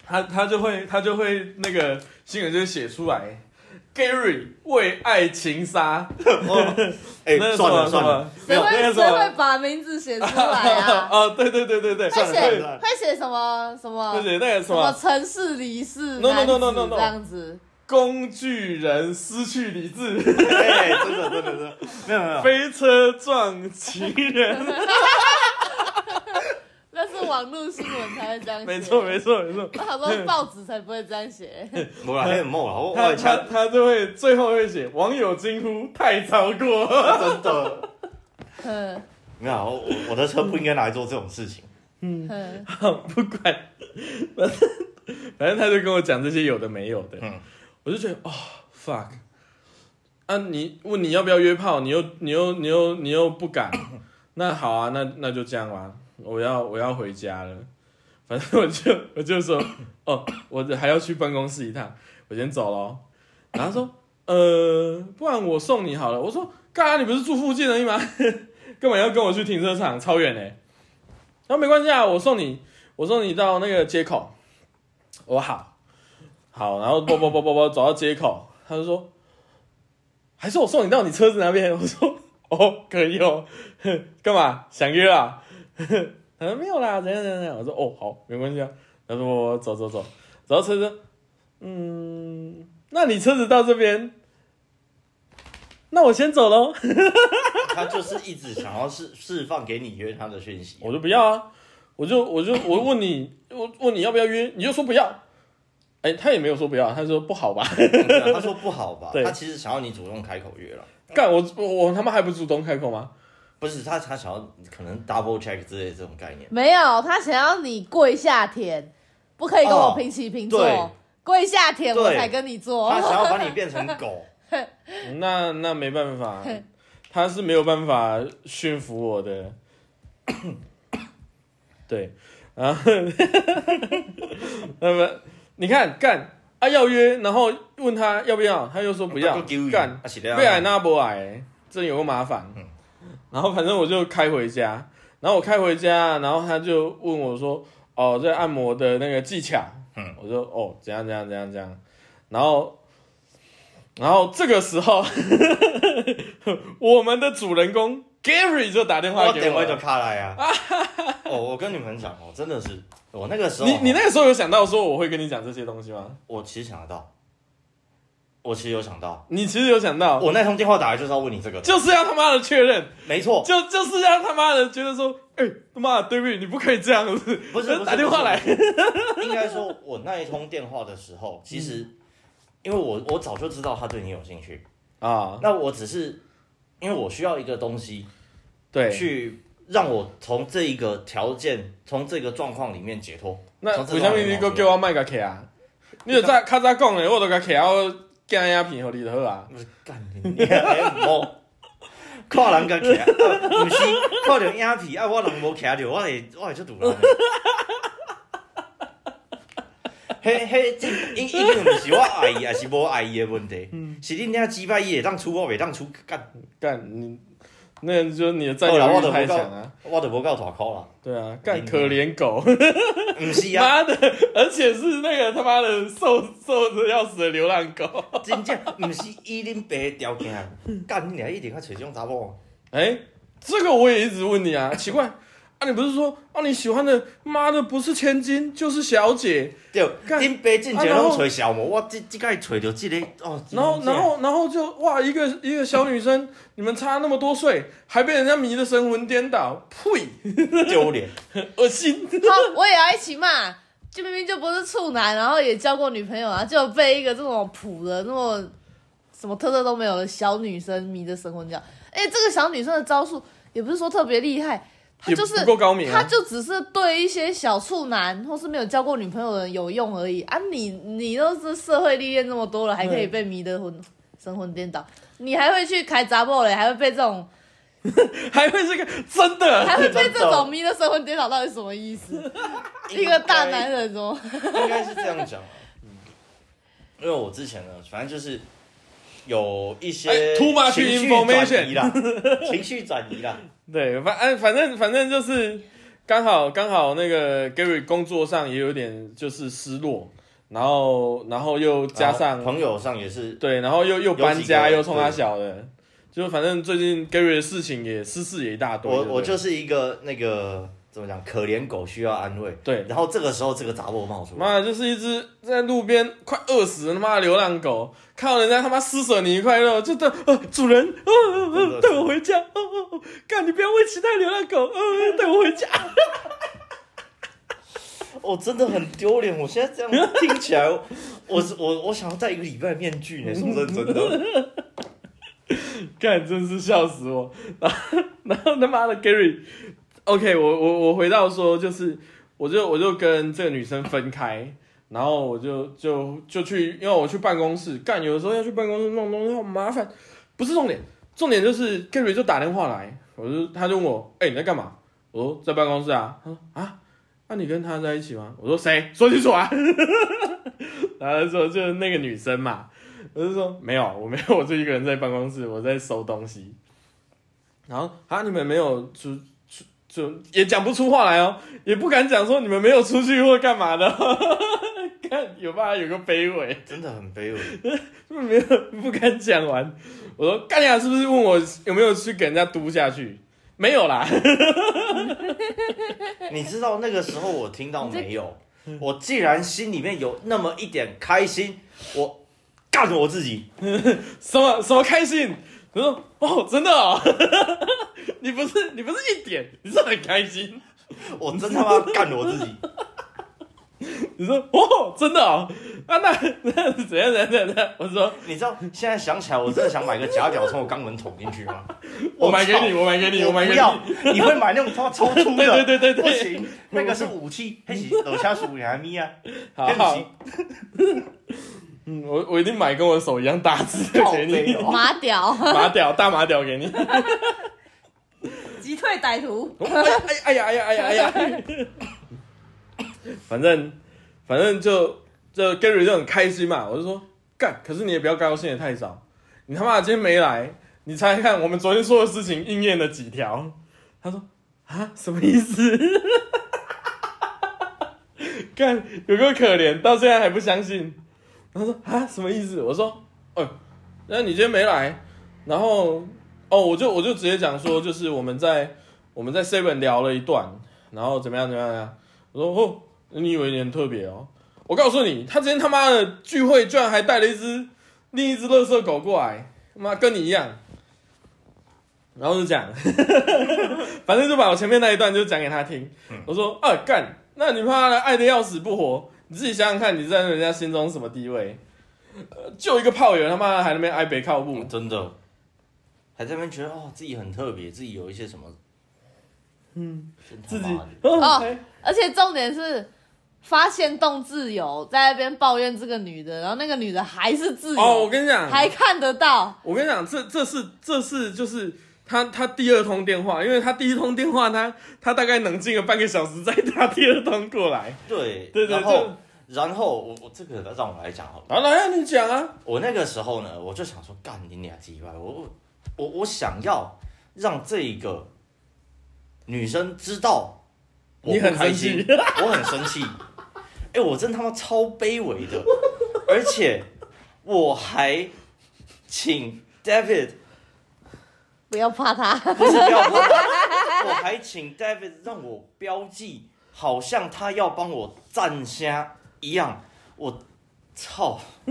Speaker 1: 他他就会他就会那个新闻就会写出来，Gary 为爱情杀，
Speaker 3: 哦，哎
Speaker 1: 那，个
Speaker 3: 算了
Speaker 1: 什
Speaker 3: 算
Speaker 1: 么
Speaker 3: 了，
Speaker 2: 谁
Speaker 1: 没有那
Speaker 2: 会
Speaker 1: 个
Speaker 2: 谁
Speaker 1: 什么
Speaker 2: 会把名字写出来啊？
Speaker 1: 哦，对对对对对，
Speaker 2: 会
Speaker 3: 算了算
Speaker 2: 写
Speaker 3: 了
Speaker 2: 会写什么什么
Speaker 1: 而且那个什
Speaker 2: 什么
Speaker 1: 么
Speaker 2: 城市离世
Speaker 1: No,
Speaker 2: 男
Speaker 1: no, no,
Speaker 2: 子
Speaker 1: no, no, no.
Speaker 2: 这样子，
Speaker 1: 工具人失去理智，
Speaker 3: 哎，真的真的真的，没有没有，
Speaker 1: 飞车撞情人。
Speaker 2: 那是网络新闻才会这样写。
Speaker 1: 没错，没错，没错。
Speaker 2: 我想说报纸才不会这样写。
Speaker 3: 无啦，迄毋好啦，我我
Speaker 1: 他
Speaker 3: 的
Speaker 1: 他
Speaker 3: 车
Speaker 1: 他就会最后会写网友惊呼太超过，
Speaker 3: 真的
Speaker 2: 嗯
Speaker 3: 没有，啊我我我的车不应该拿来做这种事情。
Speaker 2: 嗯，
Speaker 1: 不管，反正反正他就跟我讲这些有的没有的，
Speaker 3: 嗯
Speaker 1: 我就觉得哦 fuck，啊你问你要不要约炮，你又你又你又你又不敢， 那好啊，那那就这样吧，我要我要回家了，反正我就我就说 哦，我还要去办公室一趟，我先走喽，然后他说 呃，不然我送你好了，我说干啊，你不是住附近而已吗？ 干嘛要跟我去停车场超远嘞、然后没关系啊，我送你，我送你到那个街口。我好，好，然后啵啵啵啵啵走到街口，他就说，还是我送你到你车子那边。 我说哦，可以哦， 哼干嘛想约啊？ 哼他说没有啦，怎样怎样怎样。我说哦，好，没关系啊。他说我走走走，走到车子，嗯，那你车子到这边，那我先走喽。
Speaker 3: 他就是一直想要释释放给你约他的讯息。
Speaker 1: 我就不要啊，我就我就我问你，我问你要不要约，你就说不要。哎、他也没有说不要，他说不好吧？
Speaker 3: 他说不好吧
Speaker 1: 对？
Speaker 3: 他其实想要你主动开口约了，
Speaker 1: 干我我我他妈还不主动开口吗？
Speaker 3: 不是他他想要可能 double check 之类的这种概念。
Speaker 2: 没有，他想要你跪下舔，不可以跟我
Speaker 3: 哦
Speaker 2: 平起平坐
Speaker 3: 对，
Speaker 2: 跪下舔我
Speaker 3: 对
Speaker 2: 才跟你做。
Speaker 3: 他想要把你变成狗，
Speaker 1: 那那没办法，他是没有办法驯服我的。对，然后 那么你看干啊要约，然后问他要不要，他又说 不要
Speaker 3: 他就丢，你
Speaker 1: 干
Speaker 3: 啊嗯是这样
Speaker 1: 被矮那不矮，真有个麻烦。然后反正我就开回家，然后我开回家，然后他就问我说：“哦，这按摩的那个技巧。”
Speaker 3: 嗯，
Speaker 1: 我说：“哦，怎样怎样怎样怎样。”然后，然后这个时候， 我们的主人公 Gary 就打电话
Speaker 3: 我
Speaker 1: 给
Speaker 3: 等
Speaker 1: 我
Speaker 3: 会就
Speaker 1: 了。
Speaker 3: 卡来 啊。哦，我跟你们讲哦，真的是我那个时候，
Speaker 1: 你你那个时候有想到说我会跟你讲这些东西吗？
Speaker 3: 我其实想得到，我其实有想到，
Speaker 1: 你其实有想到，
Speaker 3: 我那通电话打来就是要问你这个的，
Speaker 1: 就是要他妈的确认，
Speaker 3: 没错，
Speaker 1: 就就是要他妈的觉得说，哎、他妈的对不起，你不可以这样子，
Speaker 3: 不是不是
Speaker 1: 打电话来，
Speaker 3: 应该说，我那一通电话的时候，其实
Speaker 1: 嗯
Speaker 3: 因为我我早就知道他对你有兴趣，
Speaker 1: 啊，
Speaker 3: 那我只是因为我需要一个东西
Speaker 1: 对，
Speaker 3: 去让我从这一个条件、从这个状况里面解脱。
Speaker 1: 那
Speaker 3: 从这
Speaker 1: 为什么
Speaker 3: 种
Speaker 1: 你
Speaker 3: 东
Speaker 1: 个
Speaker 3: 西
Speaker 1: 叫我卖个客啊？你就早较早讲的，我都甲客啊，我惊鸦片互你就好啊。
Speaker 3: 我说干你娘的，无看人甲徛，啊毋是看着影片啊，我人无徛着，我会我会出大人的。迄迄这已已经毋是我哎爱伊，也是啊无爱伊的问题，是恁遐鸡巴伊会当出，我袂当出，干
Speaker 1: 干你，那就是你的占
Speaker 3: 后来
Speaker 1: 有
Speaker 3: 我
Speaker 1: 欲
Speaker 3: 就
Speaker 1: 太
Speaker 3: 无
Speaker 1: 强
Speaker 3: 够
Speaker 1: 啊！，
Speaker 3: 我就无够大箍啦。
Speaker 1: 对啊，干
Speaker 3: 嗯
Speaker 1: 可怜狗，
Speaker 3: 毋是
Speaker 1: 妈
Speaker 3: 啊，
Speaker 1: 的，而且是那个他妈的瘦瘦的要死的流浪狗。
Speaker 3: 真正毋是以恁爸的条件，干你俩一定要找这种查某。
Speaker 1: 哎、这个我也一直问你啊，奇怪啊，你不是说啊你喜欢的妈的不是千金就是小姐，
Speaker 3: 对，
Speaker 1: 干
Speaker 3: 恁爸进
Speaker 1: 啊
Speaker 3: 前
Speaker 1: 然后
Speaker 3: 拢找小模，我即即摆找着即个哦。
Speaker 1: 然后
Speaker 3: 真的
Speaker 1: 然后然后就哇一个一个小女生，你们差那么多岁，还被人家迷得神魂颠倒，呸，
Speaker 3: 丢脸，
Speaker 1: 恶心。
Speaker 2: 好，我也要一起骂。就明明就不是处男，然后也交过女朋友，然后就被一个这种普的、那么什么特色都没有的小女生迷得神魂颠倒。哎，这个小女生的招数也不是说特别厉害，她
Speaker 1: 也
Speaker 2: 就是
Speaker 1: 不够高明啊
Speaker 2: 她就只是对一些小处男或是没有交过女朋友的人有用而已啊你！你都是社会历练这么多了，还可以
Speaker 1: 嗯
Speaker 2: 被迷得魂神魂颠倒，你还会去开杂报嘞，还会被这种
Speaker 1: 还会这个真的，
Speaker 2: 还会被
Speaker 3: 真
Speaker 2: 这
Speaker 3: 的
Speaker 2: 种迷得神魂颠倒，到底什么意思？一个大男人怎么？
Speaker 3: 应该是这样讲啊。因为我之前呢，反正就是有一些
Speaker 1: 哎，too much
Speaker 3: 情绪转移
Speaker 1: information
Speaker 3: 啦，情绪转移啦。
Speaker 1: 对，反哎，反正反正就是刚好刚好那个 Gary 工作上也有点就是失落，然后然后又加
Speaker 3: 然后
Speaker 1: 上
Speaker 3: 啊朋友上也是，
Speaker 1: 对，然后又又搬
Speaker 3: 有几个
Speaker 1: 家
Speaker 3: 人
Speaker 1: 又冲他小的，就反正最近 Gary 的事情也私事也一大堆。
Speaker 3: 我
Speaker 1: 对不
Speaker 3: 我
Speaker 1: 对
Speaker 3: 就是一个那个怎么讲，可怜狗需要安慰。
Speaker 1: 对
Speaker 3: 然后这个时候这个杂货冒出来，
Speaker 1: 妈的，就是一只在路边快饿死的他妈的流浪狗，看到人家他妈施舍你一块肉，就的呃主人呃呃呃带我回家，哦哦哦，干你不要喂其他流浪狗，呃呃带我回家。
Speaker 3: 我、哦真的很丢脸。我现在这样听起来，我是我我想要戴一个礼拜面具呢，说认真的。
Speaker 1: 干，真是笑死我！ 然后，然后他妈的 Gary，OK，、我我我回到说，就是我就我就跟这个女生分开，然后我就就就去，因为我去办公室干，有的时候要去办公室弄东西好麻烦，不是重点，重点就是 Gary 就打电话来，我就他就问我，哎、你在干嘛？我说在办公室啊。他说啊，那、你跟他在一起吗？我说谁？说清楚啊。 然后他说就是那个女生嘛，我就说没有，我没有，我就一个人在办公室，我在收东西。然后啊，你们没有出出就也讲不出话来哦，也不敢讲说你们没有出去或干嘛的、 看有吧，有个卑微，
Speaker 3: 真的很卑微，
Speaker 1: 没有不敢讲完。我说干呀，是不是问我有没有去给人家嘟下去？没有啦，
Speaker 3: 你知道那个时候我听到没有？我既然心里面有那么一点开心，我干我自己，
Speaker 1: 什么什么开心？我说哦，真的哦， 你不是你不是一点，你是很开心。
Speaker 3: 我真他妈干我自己。
Speaker 1: 你说 哦，真的哦，啊那 那怎样怎样怎样？我说
Speaker 3: 你知道现在想起来，我真的想买个夹脚从我肛门捅进去吗？
Speaker 1: 我买给你，
Speaker 3: 操，
Speaker 1: 我买给你，
Speaker 3: 我
Speaker 1: 买给
Speaker 3: 不
Speaker 1: 你。
Speaker 3: 要，你会买那种超超粗 的？
Speaker 1: 对对对对对
Speaker 3: 不行，那个是武器，黑起手下属你还 咪啊？
Speaker 1: 好
Speaker 3: 跟
Speaker 1: 好
Speaker 3: 你，
Speaker 1: 嗯，我我一定买跟我手一样大只的
Speaker 3: 靠
Speaker 1: 给
Speaker 3: 背
Speaker 1: 你，
Speaker 3: 哦
Speaker 2: 马屌，
Speaker 1: 马屌大马屌给你。
Speaker 2: 击退歹徒。
Speaker 1: 哎呀哎呀哎呀哎呀哎呀！反正反正就就 Gary 就很开心嘛，我就说干，可是你也不要高兴的太早，你他妈今天没来，你猜猜看我们昨天说的事情应验了几条？他说啊，什么意思？ 干，有够可怜，到现在还不相信。他说啊，什么意思？我说，哦、那你今天没来，然后哦，我就我就直接讲说，就是我们在我们在 Seven 聊了一段，然后怎么样怎么样怎么样？我说哦，你以为你很特别哦？我告诉你，他今天他妈的聚会居然还带了一只另一只乐色狗过来，妈跟你一样。然后就讲， 反正就把我前面那一段就讲给他听。我说啊干，那你妈的爱的要死不活，你自己想想看，你在人家心中什么地位？呃，就一个炮友他妈的还在那边挨北靠步，
Speaker 3: 嗯真的，还在那边觉得哦自己很特别，自己有一些什么，嗯，
Speaker 1: 自己
Speaker 2: 哦
Speaker 1: 还
Speaker 2: 而且重点是，发现动自由在那边抱怨这个女的，然后那个女的还是自由，
Speaker 1: 哦，我跟你讲，
Speaker 2: 还看得到。
Speaker 1: 我跟你讲，这这是这是就是他他第二通电话，因为他第一通电话他他大概冷静了半个小时，再打第二通过来。
Speaker 3: 对
Speaker 1: 对对
Speaker 3: 然
Speaker 1: 对
Speaker 3: 后。然后我我这个让我来讲好了，
Speaker 1: 啊，来啊，你讲啊，
Speaker 3: 我那个时候呢，我就想说干你俩鸡巴，我我我我想要让这个女生知道我
Speaker 1: 你
Speaker 3: 不
Speaker 1: 很
Speaker 3: 开
Speaker 1: 生
Speaker 3: 心
Speaker 1: 气，
Speaker 3: 我很生 气。哎、我真他妈超卑微的，而且我还请 David
Speaker 2: 不要怕他，
Speaker 3: 不是不要怕，我还请 David 让我标记，好像他要帮我站虾一样。我操，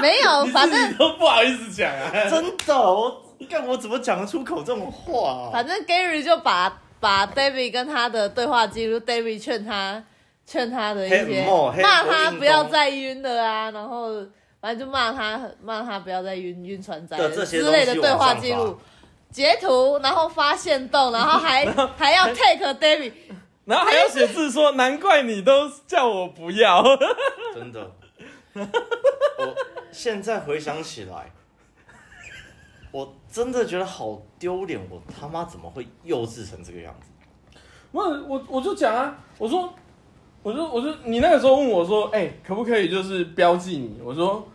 Speaker 2: 没有，哦反正
Speaker 1: 你都不好意思讲啊。
Speaker 3: 真的，我看我怎么讲得出口这种话、啊？
Speaker 2: 反正 Gary 就把把 David 跟他的对话记录，David 劝他劝他的一
Speaker 3: 嘿
Speaker 2: 些
Speaker 3: 唔好嘿
Speaker 2: 骂
Speaker 3: 唔好
Speaker 2: 他
Speaker 3: 硬
Speaker 2: 不要
Speaker 3: 攻
Speaker 2: 再晕了啊，然后反正就骂他骂他不要再晕晕船仔
Speaker 3: 对
Speaker 2: 了
Speaker 3: 这些
Speaker 2: 之类的
Speaker 3: 东西
Speaker 2: 对话
Speaker 3: 往上
Speaker 2: 记录
Speaker 3: 发。
Speaker 2: 截图，然后发现动，然后还还要 take David，
Speaker 1: 然后还要写字说，难怪你都叫我不要。
Speaker 3: 真的，我现在回想起来，我真的觉得好丢脸，我他妈怎么会幼稚成这个样子？
Speaker 1: 我我我就讲啊，我说，我说我说你那个时候问我说，哎、可不可以就是标记你？我说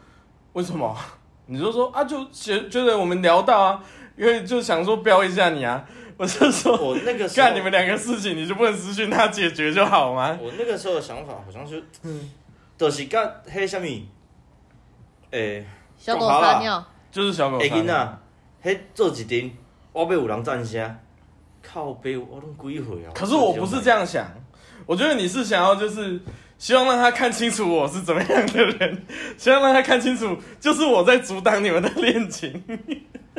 Speaker 1: 为什么？ 你就说啊，就觉觉得我们聊到啊，因为就想说标一下你啊。我就说，
Speaker 3: 我那个时候
Speaker 1: 干你们两个事情，你就不能私讯他解决就好吗？
Speaker 3: 我那个时候的想法好像是，
Speaker 1: 嗯
Speaker 3: 就是跟黑什么，诶、
Speaker 2: 小狗
Speaker 3: 干嘛啦
Speaker 2: 撒尿，
Speaker 1: 就是小狗
Speaker 3: 欸，
Speaker 1: 餐
Speaker 3: 囡仔，迄做一阵，我要有人赞声，靠背我拢几岁啊？
Speaker 1: 可是我不是这
Speaker 3: 样，
Speaker 1: 样想，我觉得你是想要就是希望让他看清楚我是怎么样的人，希望让他看清楚，就是我在阻挡你们的恋情。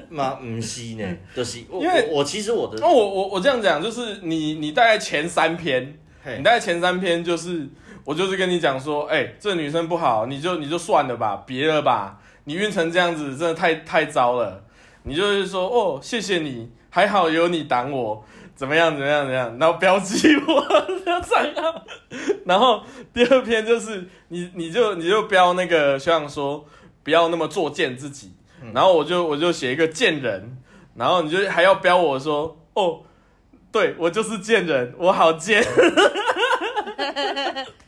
Speaker 3: 嘛唔是呢， 就是我
Speaker 1: 因为
Speaker 3: 我我其实我的
Speaker 1: 那我我我这样讲，就是你你大概前三篇，
Speaker 3: 嘿
Speaker 1: 你大概前三篇就是我就是跟你讲说，哎、这女生不好，你就你就算了吧，别了吧，你晕成这样子真的太太糟了。你就是说，哦，谢谢你，还好有你挡我，怎么样怎么样怎么样，然后标记我的账号，然后第二篇就是你你就你就标那个学长说不要那么作贱自己，然后我就我就写一个贱人，然后你就还要标我说哦，对我就是贱人，我好贱。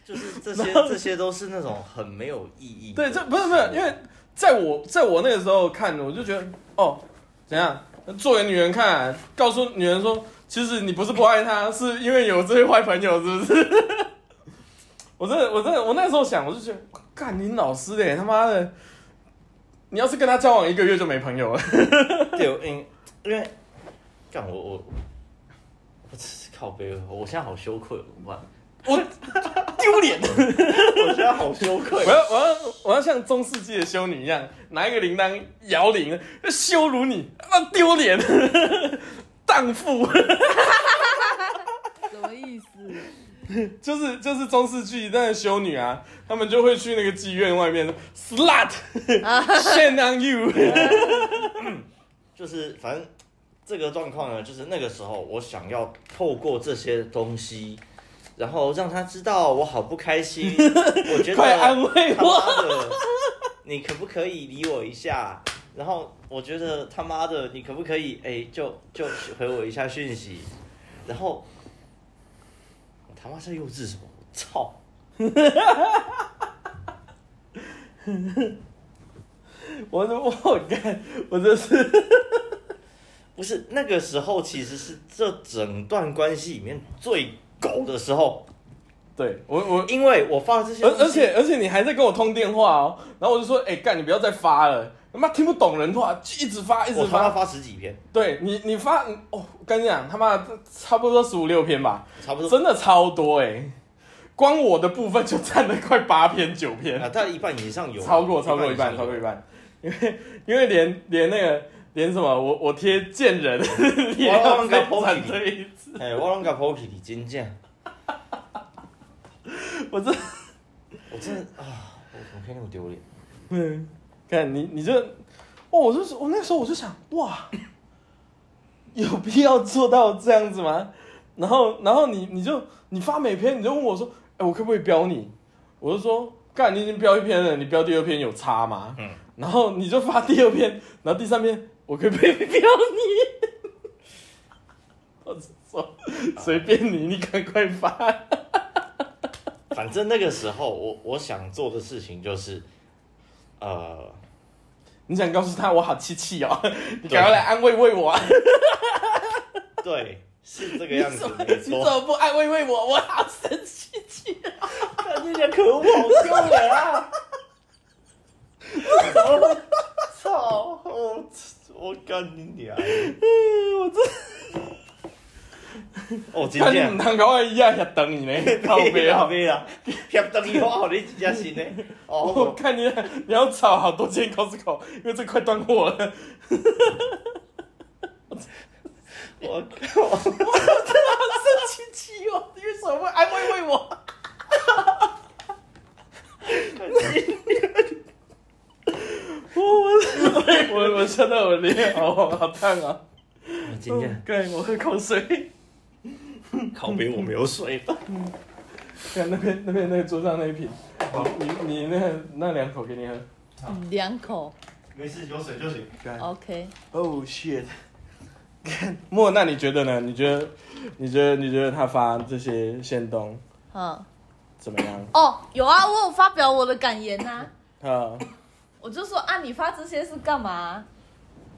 Speaker 3: 就是这些这些都是那种很没有意义的
Speaker 1: 对，
Speaker 3: 事。
Speaker 1: 这不是不是，因为在我在我那个时候看，我就觉得哦，怎样做给女人看啊、告诉女人说，其实你不是不爱她，是因为有这些坏朋友，是不是？ 我真的我真的我那时候想，我就觉得，干你老师嘞，他妈的！你要是跟他交往一个月就没朋友了，
Speaker 3: 对，因因为干我我我靠背，我现在好羞愧，怎么办？
Speaker 1: 丢脸！
Speaker 3: 我现在好羞愧
Speaker 1: 我要我要我要像中世纪的修女一样，拿一个铃铛摇铃，羞辱你，啊丢脸， 荡妇。
Speaker 2: 什么意思？
Speaker 1: 就是就是中世纪那个修女啊，他们就会去那个妓院外面 slut
Speaker 2: 啊
Speaker 1: shame on you，
Speaker 3: 就是反正这个状况呢，就是那个时候我想要透过这些东西，然后让他知道我好不 开心，我觉得
Speaker 1: 快安慰
Speaker 3: 他
Speaker 1: 我。
Speaker 3: 妈的，你可不可以理我一下？然后我觉得他妈的，你可不可以哎、就就回我一下讯息？然后我他妈在幼稚什么？我操！
Speaker 1: 我说我干，我真是
Speaker 3: 不是那个时候，其实是这整段关系里面最狗的时候，
Speaker 1: 对我我，
Speaker 3: 因为我发了这些
Speaker 1: 而
Speaker 3: 东西
Speaker 1: 而且而且你还在跟我通电话哦，然后我就说，哎、干你不要再发了，他妈听不懂人话，就一直发一直
Speaker 3: 我他妈
Speaker 1: 发。
Speaker 3: 发十几篇，
Speaker 1: 对你你发哦，我跟你讲他妈的差不多十五六篇吧，
Speaker 3: 差不多
Speaker 1: 真的超多哎、光我的部分就占了快八篇九篇。
Speaker 3: 啊，大概一半以上有，
Speaker 1: 超过超过一
Speaker 3: 以上
Speaker 1: 半，
Speaker 3: 有
Speaker 1: 超过一。半，因为因为连连那个连什么，我我贴贱人， 也要再转这一次，
Speaker 3: 哎，我拢甲 p o k y 真正，
Speaker 1: 我这
Speaker 3: 我真的啊，我怎么可以那么丢脸？
Speaker 1: 嗯，看你你这，哦，我就是我那时候我就想，哇，有必要做到这样子吗？然后然后你你就你发每篇你就问我说，哎、我可不可以标你？我就说，干，你已经标一篇了，你标第二篇有差吗？
Speaker 3: 嗯
Speaker 1: 然后你就发第二篇，然后第三篇，我可不可以 标哎你？我就说随便你，你赶快发。
Speaker 3: 反正那个时候我我想做的事情就是，呃，
Speaker 1: 你想告诉他我好气气哦，你赶快来安慰慰我啊！
Speaker 3: 对，是这个
Speaker 1: 你
Speaker 3: 样
Speaker 1: 怎
Speaker 3: 子
Speaker 1: 么，
Speaker 3: 没
Speaker 1: 你怎
Speaker 3: 错。
Speaker 1: 么不安慰慰我？我好生气气！
Speaker 3: 你的可恶，我救 人啊！ 我操！我我干你娘！
Speaker 1: 我真
Speaker 3: 哦，真
Speaker 1: 看你
Speaker 3: 正
Speaker 1: 唔。通搞我一样遐等你呢，靠背啊！
Speaker 3: 咩 啦？协等伊我后你真正信呢？
Speaker 1: 我
Speaker 3: 哦，
Speaker 1: 看你你要炒好多间 Costco，因为这快断货了。
Speaker 3: 我靠！
Speaker 1: 生气气哦，你为什么不安慰慰我？我我我笑到我脸好好烫啊！
Speaker 3: 今天
Speaker 1: 对，我喝口水。
Speaker 3: 靠北我没有水了。
Speaker 1: 看那边那边那个桌上那一瓶，你你那个那两口给你喝。
Speaker 2: 两口
Speaker 3: 没事，有水就行。
Speaker 2: ，OK。
Speaker 3: Oh shit！
Speaker 1: 莫，那你觉得呢？你觉得你觉得你觉得他发这些线动
Speaker 2: 嗯，
Speaker 1: 怎么样？
Speaker 2: 哦，有啊，我有发表我的感言呐、
Speaker 1: 啊，
Speaker 2: 我就说啊，你发这些是干嘛、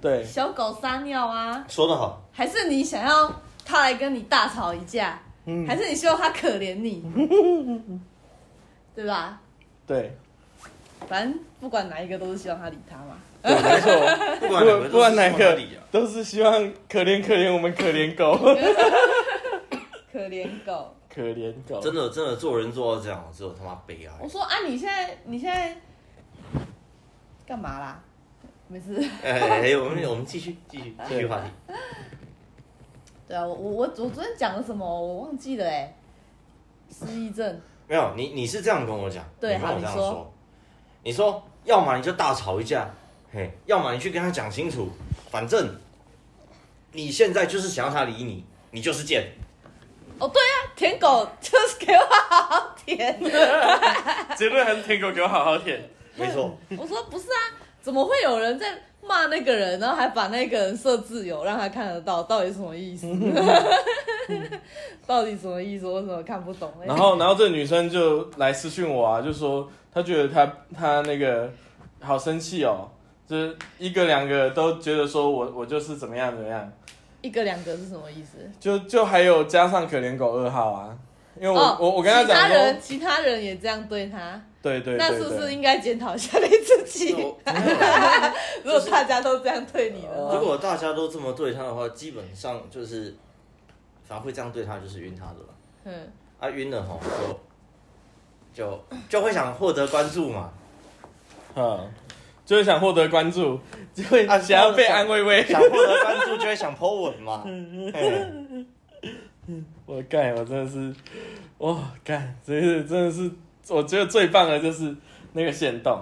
Speaker 1: 对，
Speaker 2: 小狗撒尿啊？
Speaker 3: 说得好，
Speaker 2: 还是你想要他来跟你大吵一架？
Speaker 1: 嗯
Speaker 2: 还是你希望他可怜你？ 对吧？
Speaker 1: 对，
Speaker 2: 反正不管哪一个都是希望他理他嘛。
Speaker 1: 对没错。
Speaker 3: 不
Speaker 1: 不
Speaker 3: 管
Speaker 1: 不管哪
Speaker 3: 个
Speaker 1: 个都是希望可怜可怜我们可怜狗，
Speaker 2: 可怜狗。
Speaker 1: 可怜狗。
Speaker 3: 真的真的做人做到这样，只有他妈悲 哀
Speaker 2: 我。说啊，你现在你现在干嘛啦？没事。
Speaker 3: 哎哎，哎我们我们继续继续继续话题。
Speaker 2: 对啊，我我我我昨天讲了什么？我忘记了哎、失忆症。啊
Speaker 3: 没有，你你是这样跟我讲，
Speaker 2: 对
Speaker 3: 你跟我
Speaker 2: 好
Speaker 3: 这样
Speaker 2: 你说
Speaker 3: 说，你说要么你就大吵一架，嘿，要么你去跟他讲清楚，反正你现在就是想要他理你，你就是贱，
Speaker 2: 哦，对啊，舔狗就是给我好好舔。
Speaker 1: 结论还是舔狗给我好好舔。
Speaker 3: 没错，
Speaker 2: 我说不是啊，怎么会有人在骂那个人，然后还把那个人设自由，让他看得到，到底什么意思？ 到底什么意思？我怎么看不懂嘞？
Speaker 1: 然后，然后这女生就来私讯我啊，就说她觉得她她那个好生气哦，就是一个两个都觉得说我我就是怎么样怎么样，
Speaker 2: 一个两个是什么意思？
Speaker 1: 就就还有加上可怜狗二号啊，因为我、
Speaker 2: 哦
Speaker 1: 我我跟她
Speaker 2: 其他
Speaker 1: 讲说
Speaker 2: 人，，其他人也这样对他，
Speaker 1: 对对对对，
Speaker 2: 那是不是应该检讨一下你自己？
Speaker 3: 我
Speaker 2: 如果大家都这样对你的
Speaker 3: 如
Speaker 2: 话，
Speaker 3: 果大家都这么对他的话，基本上就是，反正会这样对他就是晕他的了。
Speaker 2: 嗯，
Speaker 3: 啊，晕了吼，就就就会想获得关 注嘛，
Speaker 1: 嗯，就是想获得关注，就会
Speaker 3: 啊
Speaker 1: 想要被安慰慰。
Speaker 3: 想获得关注就会想 po 文嘛。
Speaker 1: 嗯
Speaker 3: 嘿
Speaker 1: 我干，我真的是，哇干，真是真的是，我觉得最棒的就是那个线动，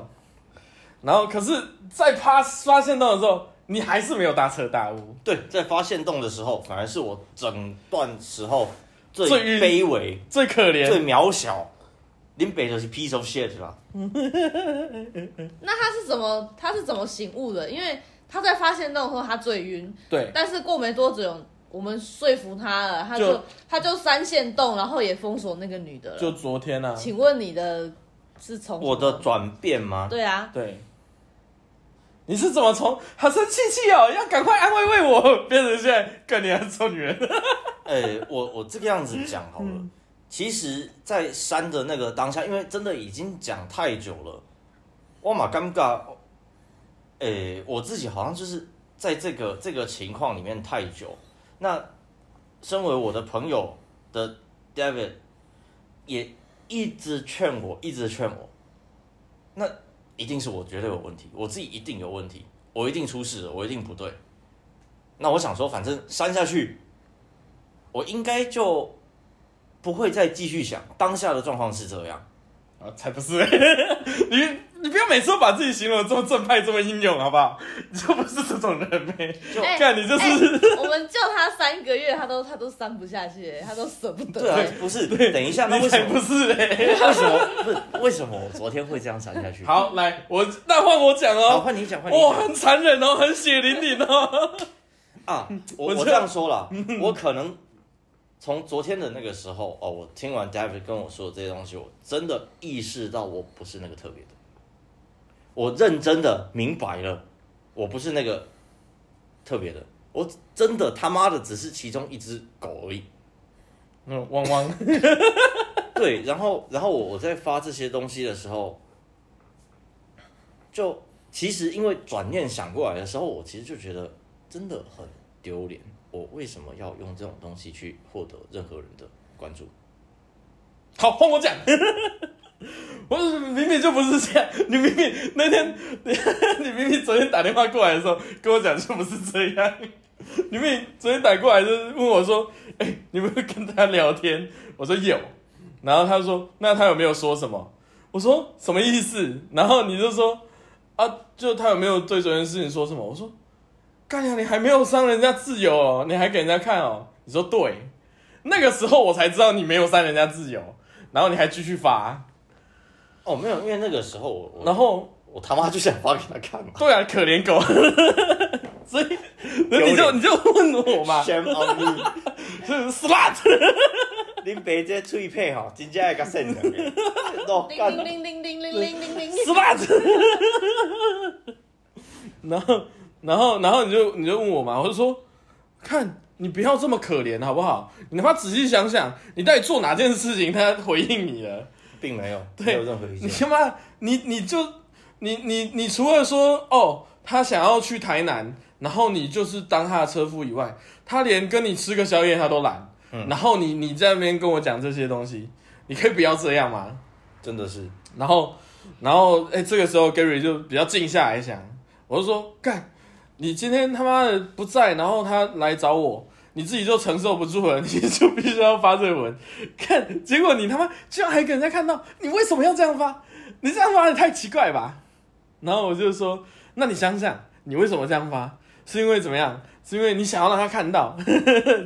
Speaker 1: 然后可是，在趴刷线动的时候，你还是没有大彻大悟，
Speaker 3: 对，在发现洞的时候，反而是我整段时候最
Speaker 1: 最晕
Speaker 3: 卑微、
Speaker 1: 最可
Speaker 3: 最
Speaker 1: 怜。
Speaker 3: 渺小。林北就是 piece of shit 啦，
Speaker 2: 那他是怎么他是怎么醒悟的？因为他在发现那种时候他最晕，
Speaker 1: 对
Speaker 2: 但是过没多久，我们说服他了，他就
Speaker 1: 就
Speaker 2: 他就三线动，然后也封锁那个女的了。
Speaker 1: 就昨天啊，
Speaker 2: 请问你的是
Speaker 1: 哦
Speaker 2: 从
Speaker 3: 我的转变吗？
Speaker 2: 对啊，
Speaker 1: 对，你是怎么从好生气气哦，要赶快安慰慰我，变成现在干你还臭女 人？
Speaker 3: 哎、我我这个样子讲好了。其实，在删的那个当下，因为真的已经讲太久了，我嘛尴尬。哎、我自己好像就是在这个这个情况里面太久。那身为我的朋友的 David 也一直劝我，一直劝我，那一定是我绝对有问题，我自己一定有问题，我一定出事了，我一定不对。那我想说，反正删下去我应该就不会再继续想。当下的状况是这样，
Speaker 1: 啊，才不是！ 你你不要每次都把自己形容得这么正派、这么英勇，好不好？ 你就不是这种人呗、
Speaker 3: 就
Speaker 2: 哎
Speaker 1: 看你就是、
Speaker 2: 哎我们叫他三个月，他都他都删不下去，他都舍不得。
Speaker 3: 对啊，不是，等一下，那
Speaker 1: 你
Speaker 3: 为什
Speaker 1: 才不
Speaker 3: 么？
Speaker 1: 是嘞、
Speaker 3: 为什么不是？为什么我昨天会这样删下去？，
Speaker 1: 好，来，我那换我讲
Speaker 3: 好，
Speaker 1: 哦。
Speaker 3: 换你讲，换你
Speaker 1: 哇，
Speaker 3: 讲
Speaker 1: 很残忍哦，很血淋淋哦。
Speaker 3: 啊！我
Speaker 1: 我
Speaker 3: 我
Speaker 1: 知道嗯
Speaker 3: 这样说了，我可能从昨天的那个时候哦，我听完 David 跟我说的这些东西，我真的意识到我不是那个特别的，我认真的明白了，我不是那个特别的，我真的他妈的只是其中一只狗而已。
Speaker 1: 那
Speaker 3: 嗯
Speaker 1: 种汪汪，
Speaker 3: 对，然后然后我我在发这些东西的时候，就其实因为转念想过来的时候，我其实就觉得真的很丢脸。我为什么要用这种东西去获得任何人的关注？
Speaker 1: 好，换我讲。 我明明就不是这样，你明明那天， 你你明明昨天打电话过来的时候跟我讲说不是这样，你明明昨天打过来就是问我说，哎、你有没有跟他聊天？我说有，然后他说那他有没有说什么？我说什么意思？然后你就说啊，就他有没有对昨天的事情说什么？我说干呀，你还没有伤人家自由哦，你还给人家看哦？你说对，那个时候我才知道你没有伤人家自由，然后你还继续发，
Speaker 3: 哦，没有，因为那个时候我我
Speaker 1: 然后。
Speaker 3: 我他妈就想发给他看嘛。
Speaker 1: 对啊，可怜狗， 所以你就
Speaker 3: 丢脸
Speaker 1: 你就问我 嘛，
Speaker 3: Shame on you！
Speaker 1: 就是 slut，
Speaker 3: 恁爸这脆皮吼，真正会甲善良的，都
Speaker 2: 叮
Speaker 3: 干
Speaker 2: 叮叮叮叮叮叮叮叮。
Speaker 1: slut，然后然后然后你就你就问我嘛，我就说，看你不要这么可怜好不好？你他妈仔细想想，你到底做哪件事情他回应你了？
Speaker 3: 并没有，
Speaker 1: 对
Speaker 3: 没有任何意
Speaker 1: 你他
Speaker 3: 见。
Speaker 1: 妈，你你就你你你除了说哦，他想要去台南，然后你就是当他的车夫以外，他连跟你吃个宵夜他都懒。
Speaker 3: 嗯
Speaker 1: 然后你你在那边跟我讲这些东西，你可以不要这样吗？
Speaker 3: 真的是，
Speaker 1: 然后然后哎、这个时候 Gary 就比较静下来想，我就说干，你今天他妈的不在，然后他来找我。你自己就承受不住了，你 就必须要发这个文，看，结果你他妈居然还给人家看到，你为什么要这样发？你这样发也太奇怪吧？然后我就说，那你想想，你为什么这样发？是因为怎么样？是因为你想要让他看到，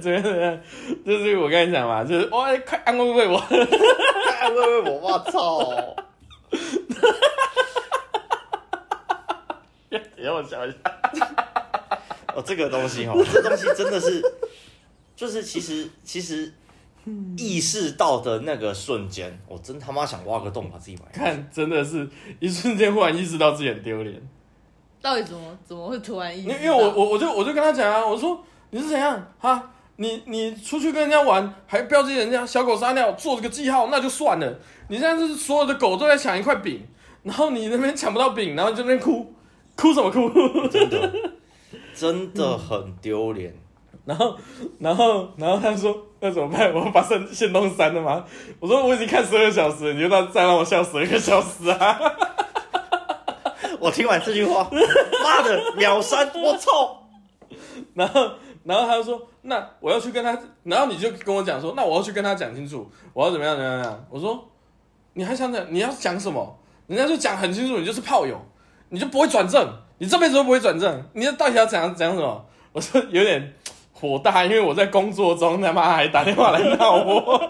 Speaker 1: 怎么样怎么样？ 就是我跟你讲嘛，就是哇，快安慰我，
Speaker 3: 哎喂喂，我我操！
Speaker 1: 让我想一下。
Speaker 3: 哦，这个东 西哦，这东西真的是，就是其实其实意识到的那个瞬间，我真他妈想挖个洞把自己埋。
Speaker 1: 看，真的是一瞬间忽然意识到自己很丢脸。
Speaker 2: 到底怎么怎么会突然意
Speaker 1: 因
Speaker 2: 识
Speaker 1: 为
Speaker 2: 到？
Speaker 1: 因为我我我就我就跟他讲啊，我说你是怎样哈？你你出去跟人家玩，还标记人家小狗撒尿，做了个记号，那就算了。你现在是所有的狗都在抢一块饼，然后你那边抢不到饼，然后就在那边哭，哭什么哭？
Speaker 3: 真的，真的很丢脸。
Speaker 1: 然后，然后，然后他说：“那怎么办？我把线线弄删了吗？”我说：“我已经看十二小时了，你就让再让我笑十二个小时啊
Speaker 3: 我听完这句话，妈的秒删，我操！！”
Speaker 1: 然后，然后他就说：“那我要去跟他，然后你就跟我讲说，那我要去跟他讲清楚，我要怎么样怎么样。怎么样”我说：“你还想讲你要讲什么？人家就讲很清楚，你就是炮友，你就不会转正，你这辈子都不会转正，你到底要讲讲什么？”我说有点火大，因为我在工作中他妈还打电话来闹我。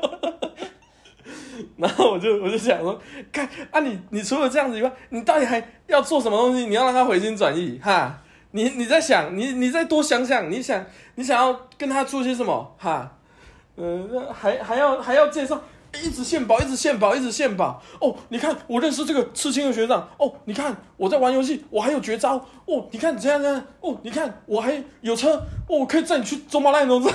Speaker 1: 然后我就我就想说，看啊你，你除了这样子以外，你到底还要做什么东西？你要让他回心转意哈？你你在想，你你再多想想，你想你想要跟他做些什么哈？嗯、那还还要还要介绍，一直献宝，一直献宝，一直献宝。哦，你看我认识这个刺青的学长。哦，你看我在玩游戏，我还有绝招。哦，你看怎样怎样。哦，你看我还有车。哦，我可以载你去走马 烂农场。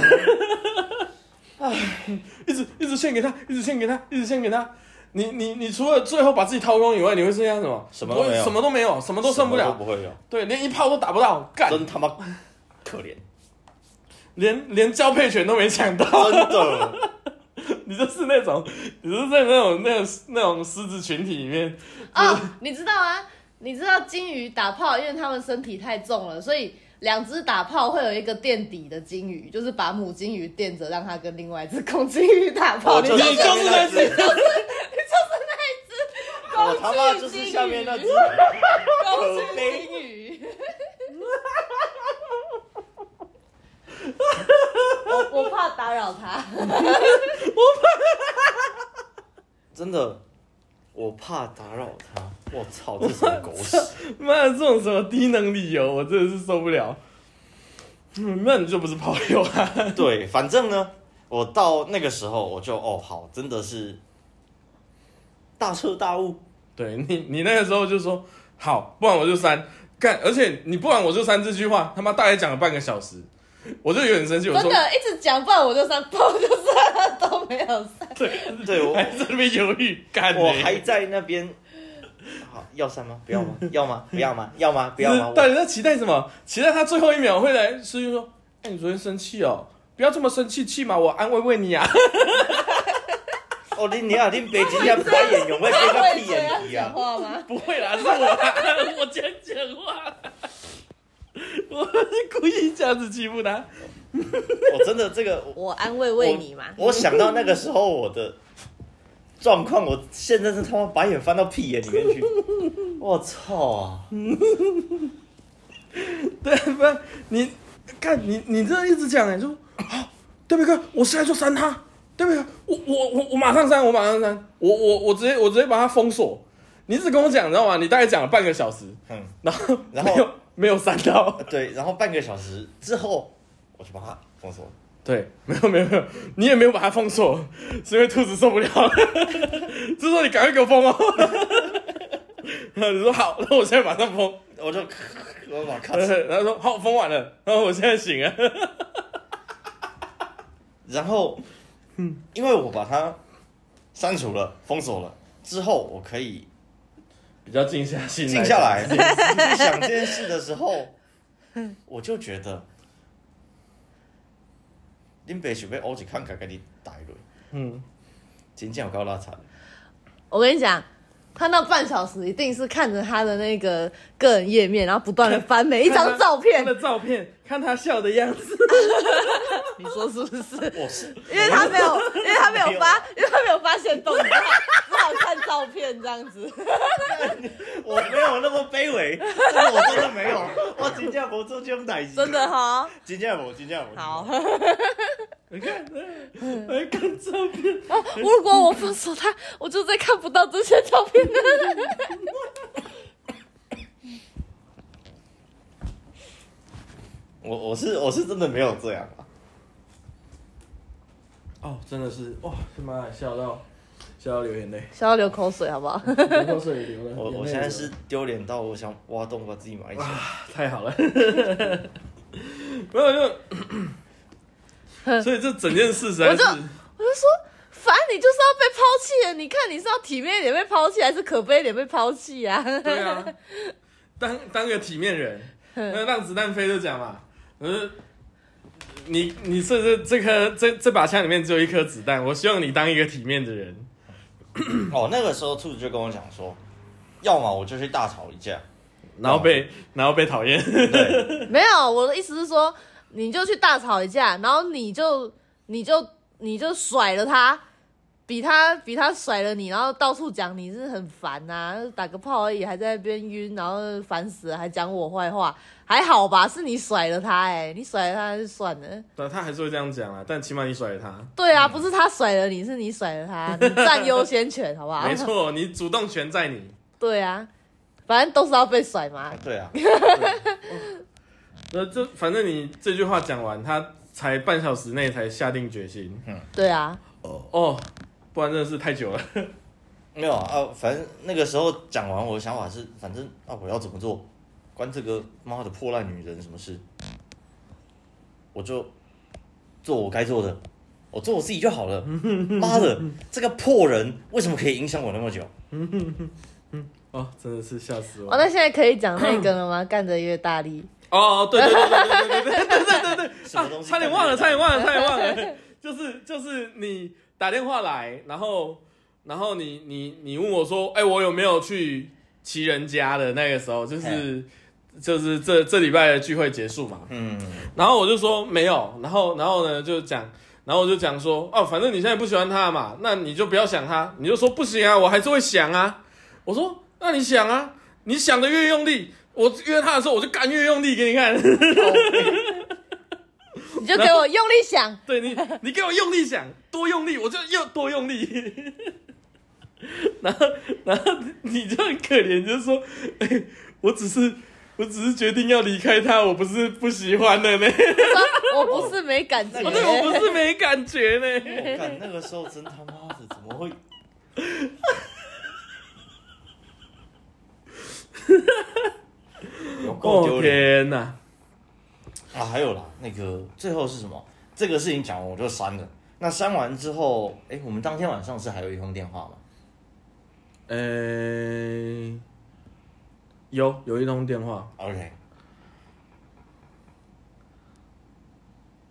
Speaker 1: 一直一直献给他，一直献给他，一直献给他。你你你除了最后把自己掏空以外，你会剩下什么？
Speaker 3: 什么都没
Speaker 1: 不会
Speaker 3: 有
Speaker 1: 什么都没有，什么都剩不
Speaker 3: 什么
Speaker 1: 了
Speaker 3: 都。不会有，
Speaker 1: 对，连一炮都打不到，干，
Speaker 3: 真他妈可 怜，
Speaker 1: 连连交配权都没抢到。
Speaker 3: 真的。
Speaker 1: 你就是那种，你就是在那种那种那种狮子群体里面，
Speaker 2: 哦，你知道啊？你知道金鱼打炮，因为它们身体太重了，所以两只打炮会有一个垫底的金鱼，就是把母金鱼垫着，让它跟另外一只公金鱼打炮。
Speaker 3: 我
Speaker 2: 你
Speaker 3: 哦就
Speaker 2: 就是是你就是
Speaker 1: 就是那 只
Speaker 2: 那一只
Speaker 3: 我他妈
Speaker 2: 公巨
Speaker 3: 就是
Speaker 2: 金鱼，
Speaker 3: 下面那只，
Speaker 2: 公巨金鱼。我我怕打扰他，
Speaker 3: 真的，我怕打扰他。我操，这什么狗屎！
Speaker 1: 妈的这种什么低能理由，我真的是受不了。嗯，那你就不是炮友啊？
Speaker 3: 对，反正呢，我到那个时候我就哦好，真的是大彻大悟。
Speaker 1: 对你，你那个时候就说好，不然我就删。干，而且你不然我就删这句话，他妈大概讲了半个小时，我就有点生气，我
Speaker 2: 真
Speaker 1: 说
Speaker 2: 的一直讲，不然我就删，不然我就删，都没有删。
Speaker 3: 对 我
Speaker 1: 还在那边犹豫，干、欸，
Speaker 3: 我还在那边。好，要删吗？不要吗？要吗？不要吗？要吗？不 要吗？
Speaker 1: 是
Speaker 3: 我
Speaker 1: 到底在期待什么？期待他最后一秒会来，司机说：“哎、你昨天生气哦，不要这么生气气嘛，我安慰慰你啊。
Speaker 3: 哦，你你啊，你北京人拍眼有没有变个
Speaker 2: 会
Speaker 3: 屁
Speaker 2: 这
Speaker 3: 眼
Speaker 2: 样
Speaker 3: 皮啊
Speaker 2: 讲？话吗”？
Speaker 1: 不会啦，是我、啊，我这样讲话，我是故意这样子欺负他。
Speaker 3: 我真的这个，我
Speaker 2: 我安慰慰你嘛。
Speaker 3: 我想到那个时候我的状况，我现在是他妈把眼翻到屁眼里面去，我操啊！
Speaker 1: 对，不然你看你你这一直讲哎、就说好，对不对？我现在就删他，对不对？我我我我马上删，我马上删，我我我直接我直接把他封锁。你只跟我讲，你知道吗？你大概讲了半个小时，
Speaker 3: 嗯，
Speaker 1: 然后
Speaker 3: 然后
Speaker 1: 没有没有删到。
Speaker 3: 对，然后半个小时之后，我就把他封锁。
Speaker 1: 对， 没有没有没有，你也没有把它封锁，是因为兔子受不了 了，就说你赶快给我封哦。 然后你说好，那我现在马上封。
Speaker 3: 我就我把 咔嚓，
Speaker 1: 然后说好，封完了，然后我现在醒了。
Speaker 3: 然后，因为我把它删除了、封锁了之后，我可以
Speaker 1: 比较静下心，
Speaker 3: 静下来 想这件事的时候，我就觉得，林北想要欧一康甲给你带落，
Speaker 1: 嗯，
Speaker 3: 真正有够拉惨。
Speaker 2: 我跟你讲，他那半小时一定是看着他的那个个人页面，然后不断的翻每一张照片
Speaker 1: 看他。的照片，看他笑的样子。
Speaker 2: 你说是不是？
Speaker 3: 我是
Speaker 2: 因为他没 有，因为他没有发，因为他没有发现动态，只好看照片这样子。
Speaker 3: 我没有那么卑微，这个我真的没有，我真正无做这种代志，
Speaker 2: 真的，哈，
Speaker 3: 真正无，真正无。
Speaker 2: 好。
Speaker 1: 你看，
Speaker 2: 嗯
Speaker 1: 来看照片，
Speaker 2: 如果我封锁他，我就再看不到这些照 片了。
Speaker 3: 我我是我是真的没有这样啊，
Speaker 1: 哦，真的是哇，他妈笑到笑到流眼 泪，
Speaker 2: 想要流口水好不好？
Speaker 1: 流口水也流了。
Speaker 3: 我
Speaker 1: 眼泪
Speaker 3: 我现在
Speaker 1: 流
Speaker 3: 是丢脸到我想挖洞把自己埋起来。
Speaker 1: 啊，太好了，没有 就，所以这整件事实在
Speaker 2: 我
Speaker 1: 是
Speaker 2: 就我就说，反正你就是要被抛弃啊了。你看你是要体面一点被抛弃，还是可悲一点被抛弃啊？
Speaker 1: 对 啊，当当个体面人，
Speaker 2: 嗯
Speaker 1: 那让子弹飞就讲嘛，呃，你你这这这颗这这把枪里面只有一颗子弹，我希望你当一个体面的人，
Speaker 3: 哦，那个时候兔子就跟我讲 说，要么我就去大吵一架，
Speaker 1: 然后被然后被讨 厌，
Speaker 3: 对，
Speaker 2: 没有，我的意思是说，你就去大吵一架，然后你就你就你就甩了他，比他比他甩了你，然后到处讲你是很烦呐、打个炮而已，还在那边晕，然后烦死了，还讲我坏话，还好吧？是你甩了他、欸，哎，你甩了他就算了。
Speaker 1: 但他还是会这样讲啦，但起码你甩了他，
Speaker 2: 对啊，不是他甩了你，是你甩了他，你占优先权，好不好？
Speaker 1: 没。错，你主动权在你，
Speaker 2: 对啊，反正都是要被甩嘛。
Speaker 3: 对啊，
Speaker 1: 那这反正你这句话讲完，他才半小时内才下定决心，
Speaker 2: 对啊，
Speaker 1: 哦，不然真的是太久了。
Speaker 3: 没有啊，啊反正那个时候讲完，我的想法是，反正啊，我要怎么做，关这个妈的破烂女人什么事？我就做我该做的，我做我自己就好了。妈的，这个破人为什么可以影响我那么久？
Speaker 1: 哦，真的是吓死我！
Speaker 2: 哦，那现在可以讲那个了吗？干得越大力。
Speaker 1: 哦，对对对对对对对对对对
Speaker 3: 什么东
Speaker 1: 啊
Speaker 3: 西
Speaker 1: 差点忘了，差点忘了，差点忘了，就是就是你打电话来，然后然后你你你问我说，哎、我有没有去骑人家的那个时候，就是就是这这礼拜的聚会结束嘛，
Speaker 3: 嗯，
Speaker 1: 然后我就说没有，然后然后呢就讲，然后我就讲说，哦，反正你现在不喜欢他嘛，那你就不要想他，你就说不行啊，我还是会想啊。我说那你想啊，你想的越用力，我约他的时候我就干越用力给你看。
Speaker 2: 你就给我用力想，
Speaker 1: 对你，你给我用力想，多用力，我就又多用力。 然后，然后你就很可怜，就是说， 哎、我只是，我只是决定要离开他，我不是不喜欢了呢，
Speaker 2: 说 我不是没感觉，
Speaker 3: 那
Speaker 1: 我
Speaker 3: 个
Speaker 1: 哦对我不是没感觉呢。
Speaker 3: 我看哦那个时候真他妈的怎么 会？有有够
Speaker 1: 哦
Speaker 3: 丢脸、
Speaker 1: 天哪！
Speaker 3: 啊！还有啦，那个最后是什么？这个事情讲完我就删了。那删完之后，哎、我们当天晚上是还有一通电话吗？
Speaker 1: 呃、有有一通电话，
Speaker 3: OK，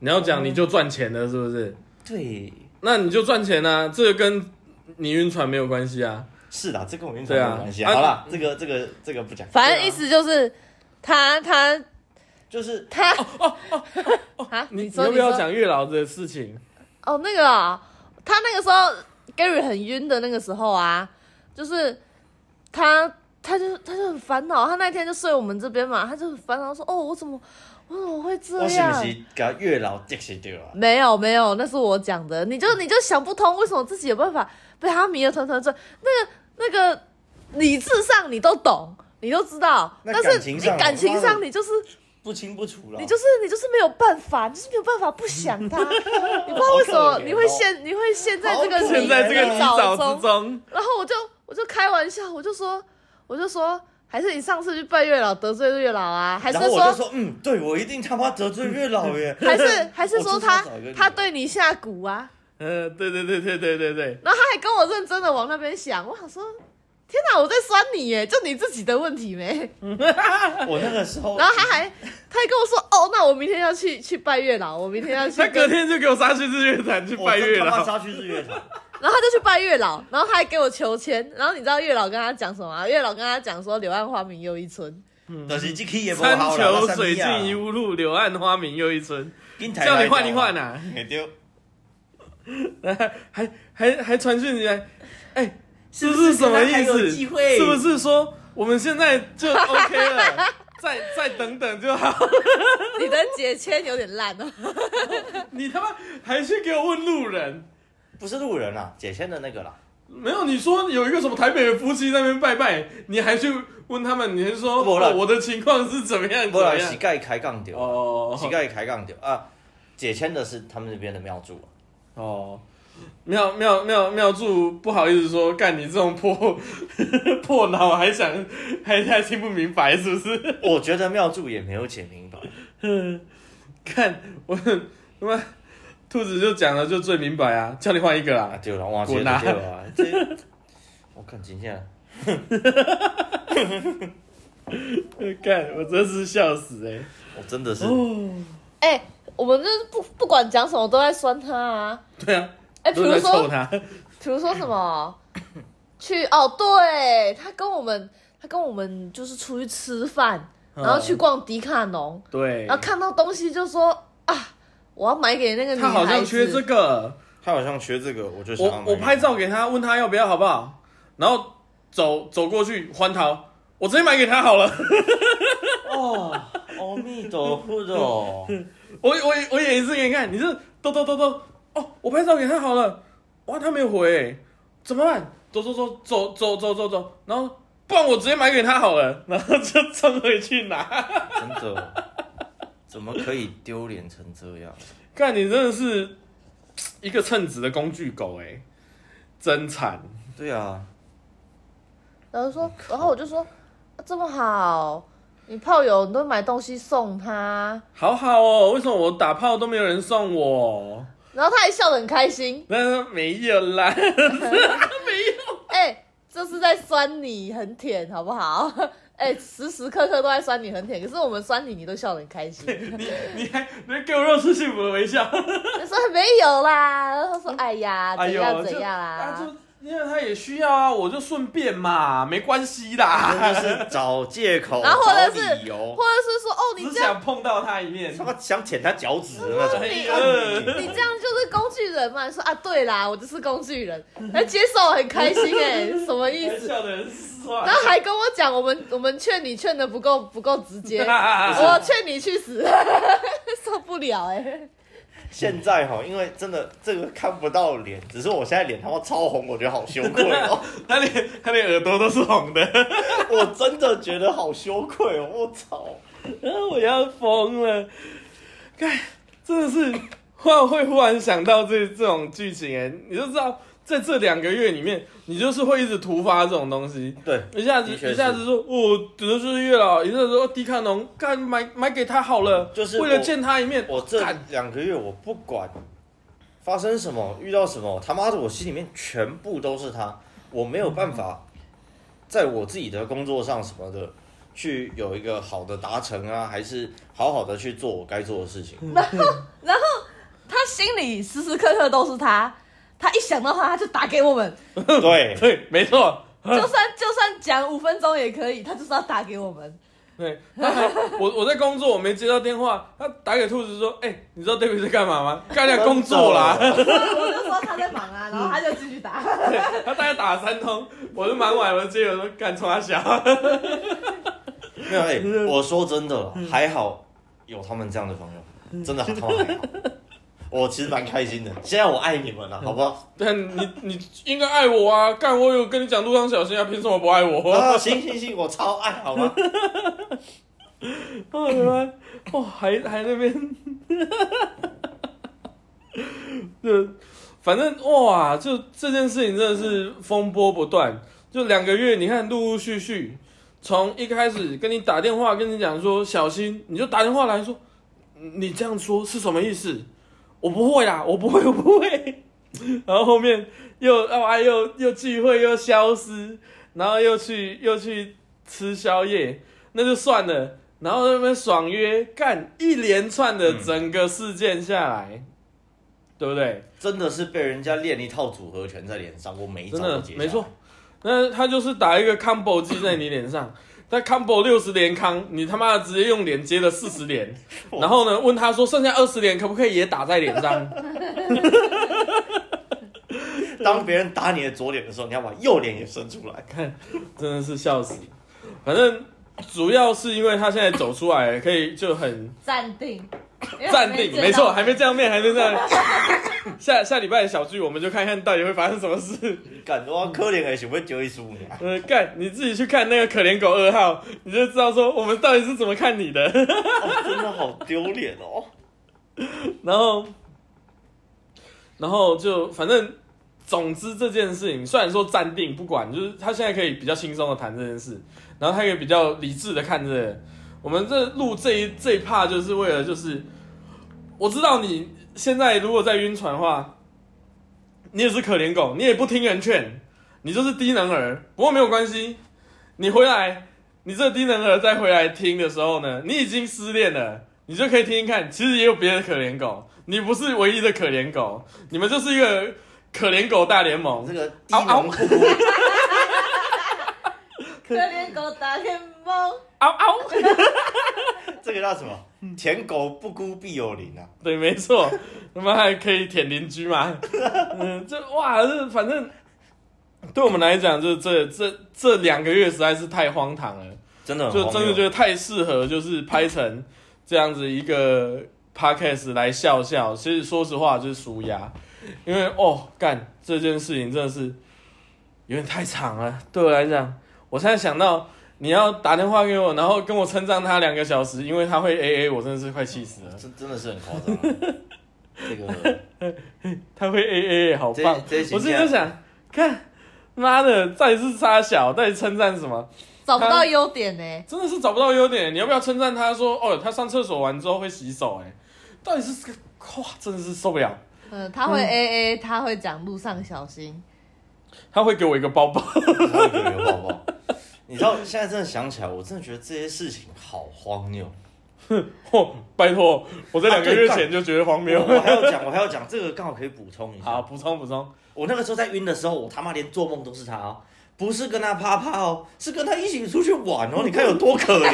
Speaker 1: 你要讲你就赚钱了是不是？
Speaker 3: 对，
Speaker 1: 那你就赚钱啊，这个跟你晕船没有关系啊。
Speaker 3: 是的，这跟我晕
Speaker 1: 对
Speaker 3: 船
Speaker 1: 啊
Speaker 3: 没有关系。
Speaker 1: 啊
Speaker 3: 好啦，这个这个这个不讲，
Speaker 2: 反正意思就是他他
Speaker 3: 就是
Speaker 2: 他
Speaker 1: 哦
Speaker 2: 啊，
Speaker 1: 你你
Speaker 2: 说
Speaker 1: 要
Speaker 2: 你
Speaker 1: 不要
Speaker 2: 说
Speaker 1: 讲月老的事情？
Speaker 2: 哦，那个啊、他那个时候 Gary 很晕的那个时候啊，就是他他就他就很烦恼，他那天就睡我们这边嘛，他就很烦恼说：“哦，我怎么我怎么会这
Speaker 3: 我哦是
Speaker 2: 样
Speaker 3: 不？”是给他月老 d i 对了？
Speaker 2: 没有没有，那是我讲的，你就你就想不通为什么自己有办法被他迷得团团转，那个那个理智上你都懂，你都知道，
Speaker 3: 那
Speaker 2: 但
Speaker 3: 感
Speaker 2: 是
Speaker 3: 情
Speaker 2: 你
Speaker 3: 上
Speaker 2: 感
Speaker 3: 我
Speaker 2: 情
Speaker 3: 妈的
Speaker 2: 上你就是
Speaker 3: 不清不楚了，
Speaker 2: 你就是你就是没有办法，你就是没有办法不想 他，你不知道为什么你会陷你会陷在这个
Speaker 3: 哦好可
Speaker 2: 泥
Speaker 3: 怜哦
Speaker 1: 现在这个泥沼
Speaker 2: 中
Speaker 1: 之。中，
Speaker 2: 然后我就我就开玩笑，我就说我就说，还是你上次去拜月老得罪月老啊？还是
Speaker 3: 然后我就
Speaker 2: 说
Speaker 3: 说，嗯，对我一定他妈得罪月老耶，
Speaker 2: 还是还是说他
Speaker 3: 我就是要找一个理由
Speaker 2: 他对你下蛊啊？
Speaker 1: 呃，对对对对对对对，
Speaker 2: 然后他还跟我认真的往那边想，我想说，天哪，我在酸你耶，就你自己的问题没？
Speaker 3: 我那个时
Speaker 1: 哦
Speaker 3: 候
Speaker 2: 然后他还他还跟我说，哦，那我明天要去去拜月老，我明天要去
Speaker 1: 他
Speaker 2: 跟
Speaker 1: 隔天就给我杀去日月潭去
Speaker 3: 我
Speaker 1: 拜月
Speaker 3: 真他妈
Speaker 1: 老，
Speaker 3: 杀去日月潭，
Speaker 2: 然后他就去拜月老，然后他还给我求签，然后你知道月老跟他讲什么吗？月老跟他讲说“柳暗花明又一村
Speaker 3: 就是这期也不
Speaker 1: 山
Speaker 3: 好啦
Speaker 1: 穷水尽疑，无路，柳暗花明又一村。
Speaker 3: 叫
Speaker 1: 叫你换一换啊！
Speaker 3: 丢，
Speaker 1: 还还还传讯息来，哎、这
Speaker 3: 不是
Speaker 1: 什么意
Speaker 3: 跟他还有
Speaker 1: 思？
Speaker 3: 机会
Speaker 1: 是不是说我们现在就 OK 了？再再等等就好。”，
Speaker 2: 你的解签有点烂哦。
Speaker 1: 你他妈还去给我问路人？
Speaker 3: 不是路人啊，解签的那个啦，
Speaker 1: 没有，你说有一个什么台北的夫妻在那边拜拜，你还去问他们？你还说、
Speaker 3: 不啦
Speaker 1: 哦、我的情况是怎么样？怎
Speaker 3: 后
Speaker 1: 么
Speaker 3: 来膝
Speaker 1: 样？
Speaker 3: 盖开杠丢，
Speaker 1: 哦，
Speaker 3: 膝盖开杠丢啊，解签的是他们那边的庙祝啊，
Speaker 1: 哦，妙妙妙妙祝，不好意思说，干你这种破 破脑，还想还还听不明白是不是？
Speaker 3: 我觉得庙祝也没有解明白，
Speaker 1: 看我他妈兔子就讲了就最明白啊，叫你换一个
Speaker 3: 啊
Speaker 1: 啦。
Speaker 3: 丢了，哇，
Speaker 1: 滚
Speaker 3: 丢
Speaker 1: 啊
Speaker 3: 了丢了啊，这我看今天啊
Speaker 1: 干，我真是笑死哎、
Speaker 3: 我真的是
Speaker 1: 哦，
Speaker 2: 哎、我们就是不不管讲什么都在酸他啊。
Speaker 1: 对啊，
Speaker 2: 哎、比
Speaker 1: 都
Speaker 2: 如
Speaker 1: 在臭
Speaker 2: 说，
Speaker 1: 他。
Speaker 2: 比如说什么， 去哦，对他跟我们，他跟我们就是出去吃饭，然后去逛迪卡侬，
Speaker 1: 嗯对
Speaker 2: 然，后看到东西就说啊，我要买给那个女孩
Speaker 1: 他好
Speaker 2: 子。
Speaker 1: 像缺这个。
Speaker 3: 他好像学这个，我就想要
Speaker 1: 我
Speaker 3: 买
Speaker 1: 我拍照给他，问他要不要好不好？然后走走过去欢桃，我直接买给他好了。
Speaker 3: 哦，阿弥陀佛哦，
Speaker 1: 我我我演一次给你看，你是抖抖抖抖，哦，我拍照给他好了，哇，他没有回、欸怎么办？走走走走走走走走，然后不然我直接买给他好了，然后就 冲回去拿。
Speaker 3: 真的，怎么可以丢脸成这样？
Speaker 1: 看你真的是一个称职的工具狗哎、真惨。
Speaker 3: 对啊，
Speaker 2: 然后说，然后我就说、啊这么好，你炮友你都买东西送他，
Speaker 1: 好好哦，为什么我打炮都没有人送我？
Speaker 2: 然后他还笑得很开心，
Speaker 1: 那说没有啦，
Speaker 2: 哎、这是在酸你很舔，好不好？ 哎、时时刻刻都在酸你很舔，可是我们酸你，你都笑得很开心。
Speaker 1: 你你还你还给我露出幸福的微笑。
Speaker 2: 他说没有啦，然后说哎呀，
Speaker 1: 哎
Speaker 2: 怎
Speaker 1: 呦，
Speaker 2: 样
Speaker 1: 就
Speaker 2: 怎样
Speaker 1: 啊
Speaker 2: 啦，
Speaker 1: 就因为他也需要啊，我就顺便嘛，没关系啦。
Speaker 3: 真的是找借口，
Speaker 2: 然后或者
Speaker 3: 找
Speaker 2: 是
Speaker 3: 理由
Speaker 2: 或，者是说哦，你
Speaker 1: 只
Speaker 2: 这样
Speaker 1: 想碰到他一面
Speaker 3: 他。妈想舔他脚趾的那种。
Speaker 1: 哎
Speaker 3: 呃
Speaker 2: 你这样就是工具人嘛？你说啊，对啦，我就是工具人，
Speaker 1: 嗯
Speaker 2: 来接受很开 心哎、什么意
Speaker 1: 还
Speaker 2: 思？
Speaker 1: 笑得很爽
Speaker 2: 然。后还跟我讲，我们我们劝你劝的不够不够直 接，我
Speaker 1: 我
Speaker 2: 劝你去死， 受不了哎、
Speaker 3: 现在哈，因为真的这个看不到脸，只是我现在脸他妈超红，我觉得好羞愧哦，
Speaker 1: 他连他连耳朵都是红的，
Speaker 3: 我真的觉得好羞愧哦，我操！
Speaker 1: 我要疯了。看，真的是忽然会忽然想到这这种剧情哎，你就知道在这两个月里面，你就是会一直突发这种东西，
Speaker 3: 对，
Speaker 1: 一下子
Speaker 3: 的确是
Speaker 1: 一下子说，我只能是月老，一下子说哦迪卡侬，干买买给他好了，
Speaker 3: 就是
Speaker 1: 为了
Speaker 3: 我
Speaker 1: 见他一面，
Speaker 3: 我这
Speaker 1: 干
Speaker 3: 两个月我不管发生什么，遇到什么，他妈的，我心里面全部都是他，我没有办法在我自己的工作上什么的去有一个好的达成啊，还是好好的去做我该做的事情。
Speaker 2: 他心里时时刻刻都是他，他一想到他他就打 给我们，
Speaker 3: 对，
Speaker 1: 对，没错，
Speaker 2: 就算就算讲五分钟也可以，他就是要打给我们。
Speaker 1: 对，他还 我我在工作，我没接到电话，他打给兔子说，哎、你知道 David 在干嘛吗？干在工作啦。
Speaker 2: 我就说他在忙啊，然后他就继续打。
Speaker 3: 啊
Speaker 1: 他大概打了三通，我就蛮晚了，接我说干冲他小，
Speaker 3: 没有哎、我说真的啦，还好有他们这样的朋友，真的他们还好。我其实蛮开心的，现在我爱你们了，好不好？
Speaker 1: 但你你应该爱我啊，干我有跟你讲路上小心啊，凭什么不爱我？
Speaker 3: 啊，行行行，我超爱，好吗？
Speaker 1: 哦，原来哦，还还那边， 就反正哇，就这件事情真的是风波不断，就两个月，你看陆陆续续，从一开始跟你打电话跟你讲说小心，你就打电话来说，你这样说是什么意思？我不会啦，我不会，我不会。然后后面又啊啊又又聚会又消失，然后又去又去吃宵夜，那就算了。然后在那边爽约干一连串的整个事件下来，
Speaker 3: 嗯
Speaker 1: 对不对？
Speaker 3: 真的是被人家练一套组合拳在脸上，我每一招
Speaker 1: 真
Speaker 3: 都
Speaker 1: 的
Speaker 3: 接下来
Speaker 1: 没错。那他就是打一个 combo 记在你脸 上，他 combo 六十连康，你他妈的直接用脸接了四十 连，然后呢问他说剩下二十连可不可以也打在脸上？
Speaker 3: 当别人打你的左脸的时候，你要把右脸也伸出来。
Speaker 1: 真的是笑死。反正主要是因为他现在走出来，可以就很
Speaker 2: 暂定，因为还
Speaker 1: 淡
Speaker 2: 哎没
Speaker 1: 定，
Speaker 2: 见到
Speaker 1: 没错，还没见到面，还没这样。 下下礼拜的小聚，我们就看看到底会发生什么事。
Speaker 3: 你敢的话，可怜还想要九一十五年。
Speaker 1: 呃，干，你自己去看那个可怜狗二号，你就知道说我们到底是怎么看你的。
Speaker 3: 哦， 真的好丢脸哦！
Speaker 1: 然后，然后就反正，总之这件事情虽然说暂定不管，就是他现在可以比较轻松的谈这件事，然后他可以比较理智的看这个我们这录这一这一趴就是为了就是，我知道你现在如果在晕船的话，你也是可怜狗，你也不听人劝，你就是低能儿。不过没有关系，你回来，你这低能儿再回来听的时候呢，你已经失恋了，你就可以听听看，其实也有别的可怜狗，你不是唯一的可怜狗，你们就是一个可怜狗大联盟
Speaker 3: 这。个低能不哭，
Speaker 2: 可怜狗打天猫，
Speaker 1: 嗷嗷，
Speaker 3: 这个叫什么？ 舔狗不孤必有邻啊！
Speaker 1: 对，没错，他妈还可以舔邻居嘛？嗯，这哇，这反正对我们来讲，就这这这两个月实在是太荒唐了。
Speaker 3: 真的很
Speaker 1: 就
Speaker 3: 荒
Speaker 1: 真的
Speaker 3: 谬
Speaker 1: 觉得太适合，就是拍成这样子一个 podcast 来笑笑。其实说实话，就是舒压，因为哦，干这件事情真的是有点太长了，对我来讲，我现在想到你要打电话给我，然后跟我称赞他两个小时，因为他会 A A，我真的是快气死了。
Speaker 3: 真真的是很夸张啊。这个
Speaker 1: 他会 A A，好
Speaker 3: 这
Speaker 1: 棒！
Speaker 3: 这一集
Speaker 1: 我自己就想，看妈的，到底是差小，到底称赞什么？
Speaker 2: 找不到优点呢、
Speaker 1: 真的是找不到优点。你要不要称赞他说，哦，他上厕所完之后会洗手、哎，到底是个哇，真的是受不了。
Speaker 2: 嗯，他会 A A，他会讲路上小心。
Speaker 1: 他会给我一个包包，
Speaker 3: 他会觉得有抱抱。你知道现在真的想起来，我真的觉得这些事情好荒谬。
Speaker 1: 哦、拜托，我在两个月
Speaker 3: 啊对
Speaker 1: 前就觉得荒
Speaker 3: 我
Speaker 1: 谬。
Speaker 3: 我还要讲，我还要讲，这个刚好可以补充一下。
Speaker 1: 好，补充补充，
Speaker 3: 我那个时候在晕的时候，我他妈连做梦都是他哦，不是跟他啪啪哦，是跟他一起出去玩 哦，你看有多可怜。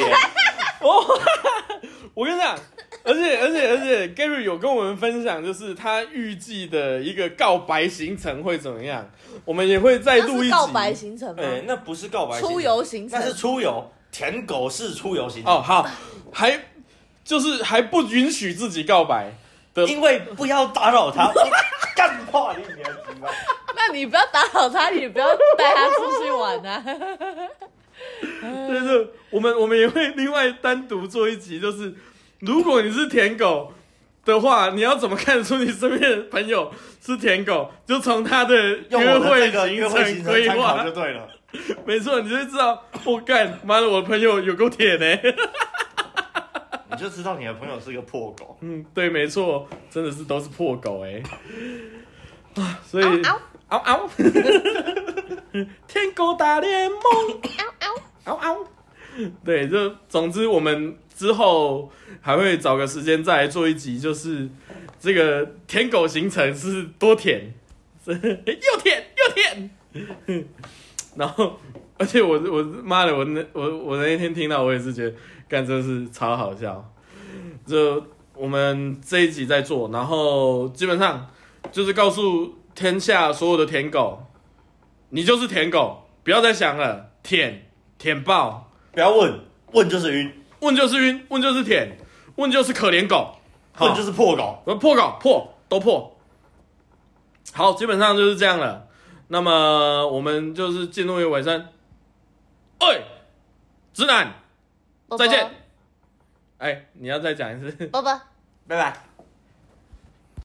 Speaker 1: 我跟你讲，而且而且而且，Gary 有跟我们分享，就是他预计的一个告白行程会怎么样，我们也会再
Speaker 2: 那
Speaker 1: 录一
Speaker 2: 是
Speaker 1: 集。
Speaker 2: 告白行程吗？
Speaker 3: 哎，那不是告白，
Speaker 2: 出，游行程
Speaker 3: 那是出游，舔狗式出游行程。
Speaker 1: 哦，好，还就是还不允许自己告白的
Speaker 3: 因为不要打扰 他，干话你娘鸡巴！
Speaker 2: 那你不要打扰他，你不要带他出去玩啊！
Speaker 3: 嗯
Speaker 1: 对对，我们我们也会另外单独做一集，就是如果你是舔狗的话，你要怎么看出你身边的朋友是舔狗？就从他的
Speaker 3: 用我的
Speaker 1: 会
Speaker 3: 这个约会
Speaker 1: 程
Speaker 3: 行程
Speaker 1: 规
Speaker 3: 参考
Speaker 1: 划
Speaker 3: 就，对了。
Speaker 1: 没错，你就知道，我干妈的，我的朋友有够舔呢、
Speaker 3: 你就知道你的朋友是个破狗。
Speaker 1: 嗯，对，没错，真的是都是破狗哎、啊，所以
Speaker 2: 嗷嗷
Speaker 1: 嗷嗷，天狗打猎梦，
Speaker 2: 嗷嗷，
Speaker 1: 嗷嗷。对，就总之我们之后还会找个时间再来做一集，就是这个舔狗行程是多 舔，是又舔又 舔，然后而且我我妈的我那我我那一天听到我也是觉得干真是超好笑，就我们这一集在做，然后基本上就是告诉天下所有的舔狗，你就是舔狗，不要再想了，舔舔爆。
Speaker 3: 不要问，问就是晕，
Speaker 1: 问就是晕，问就是舔，问就是可怜狗，
Speaker 3: 问就是破狗。
Speaker 1: 我破稿破都破。好，基本上就是这样了。那么我们就是进入一个尾声。哎、直男，
Speaker 2: 啵啵
Speaker 1: 再见。哎、你要再讲一次。
Speaker 2: 啵啵。
Speaker 3: 拜拜。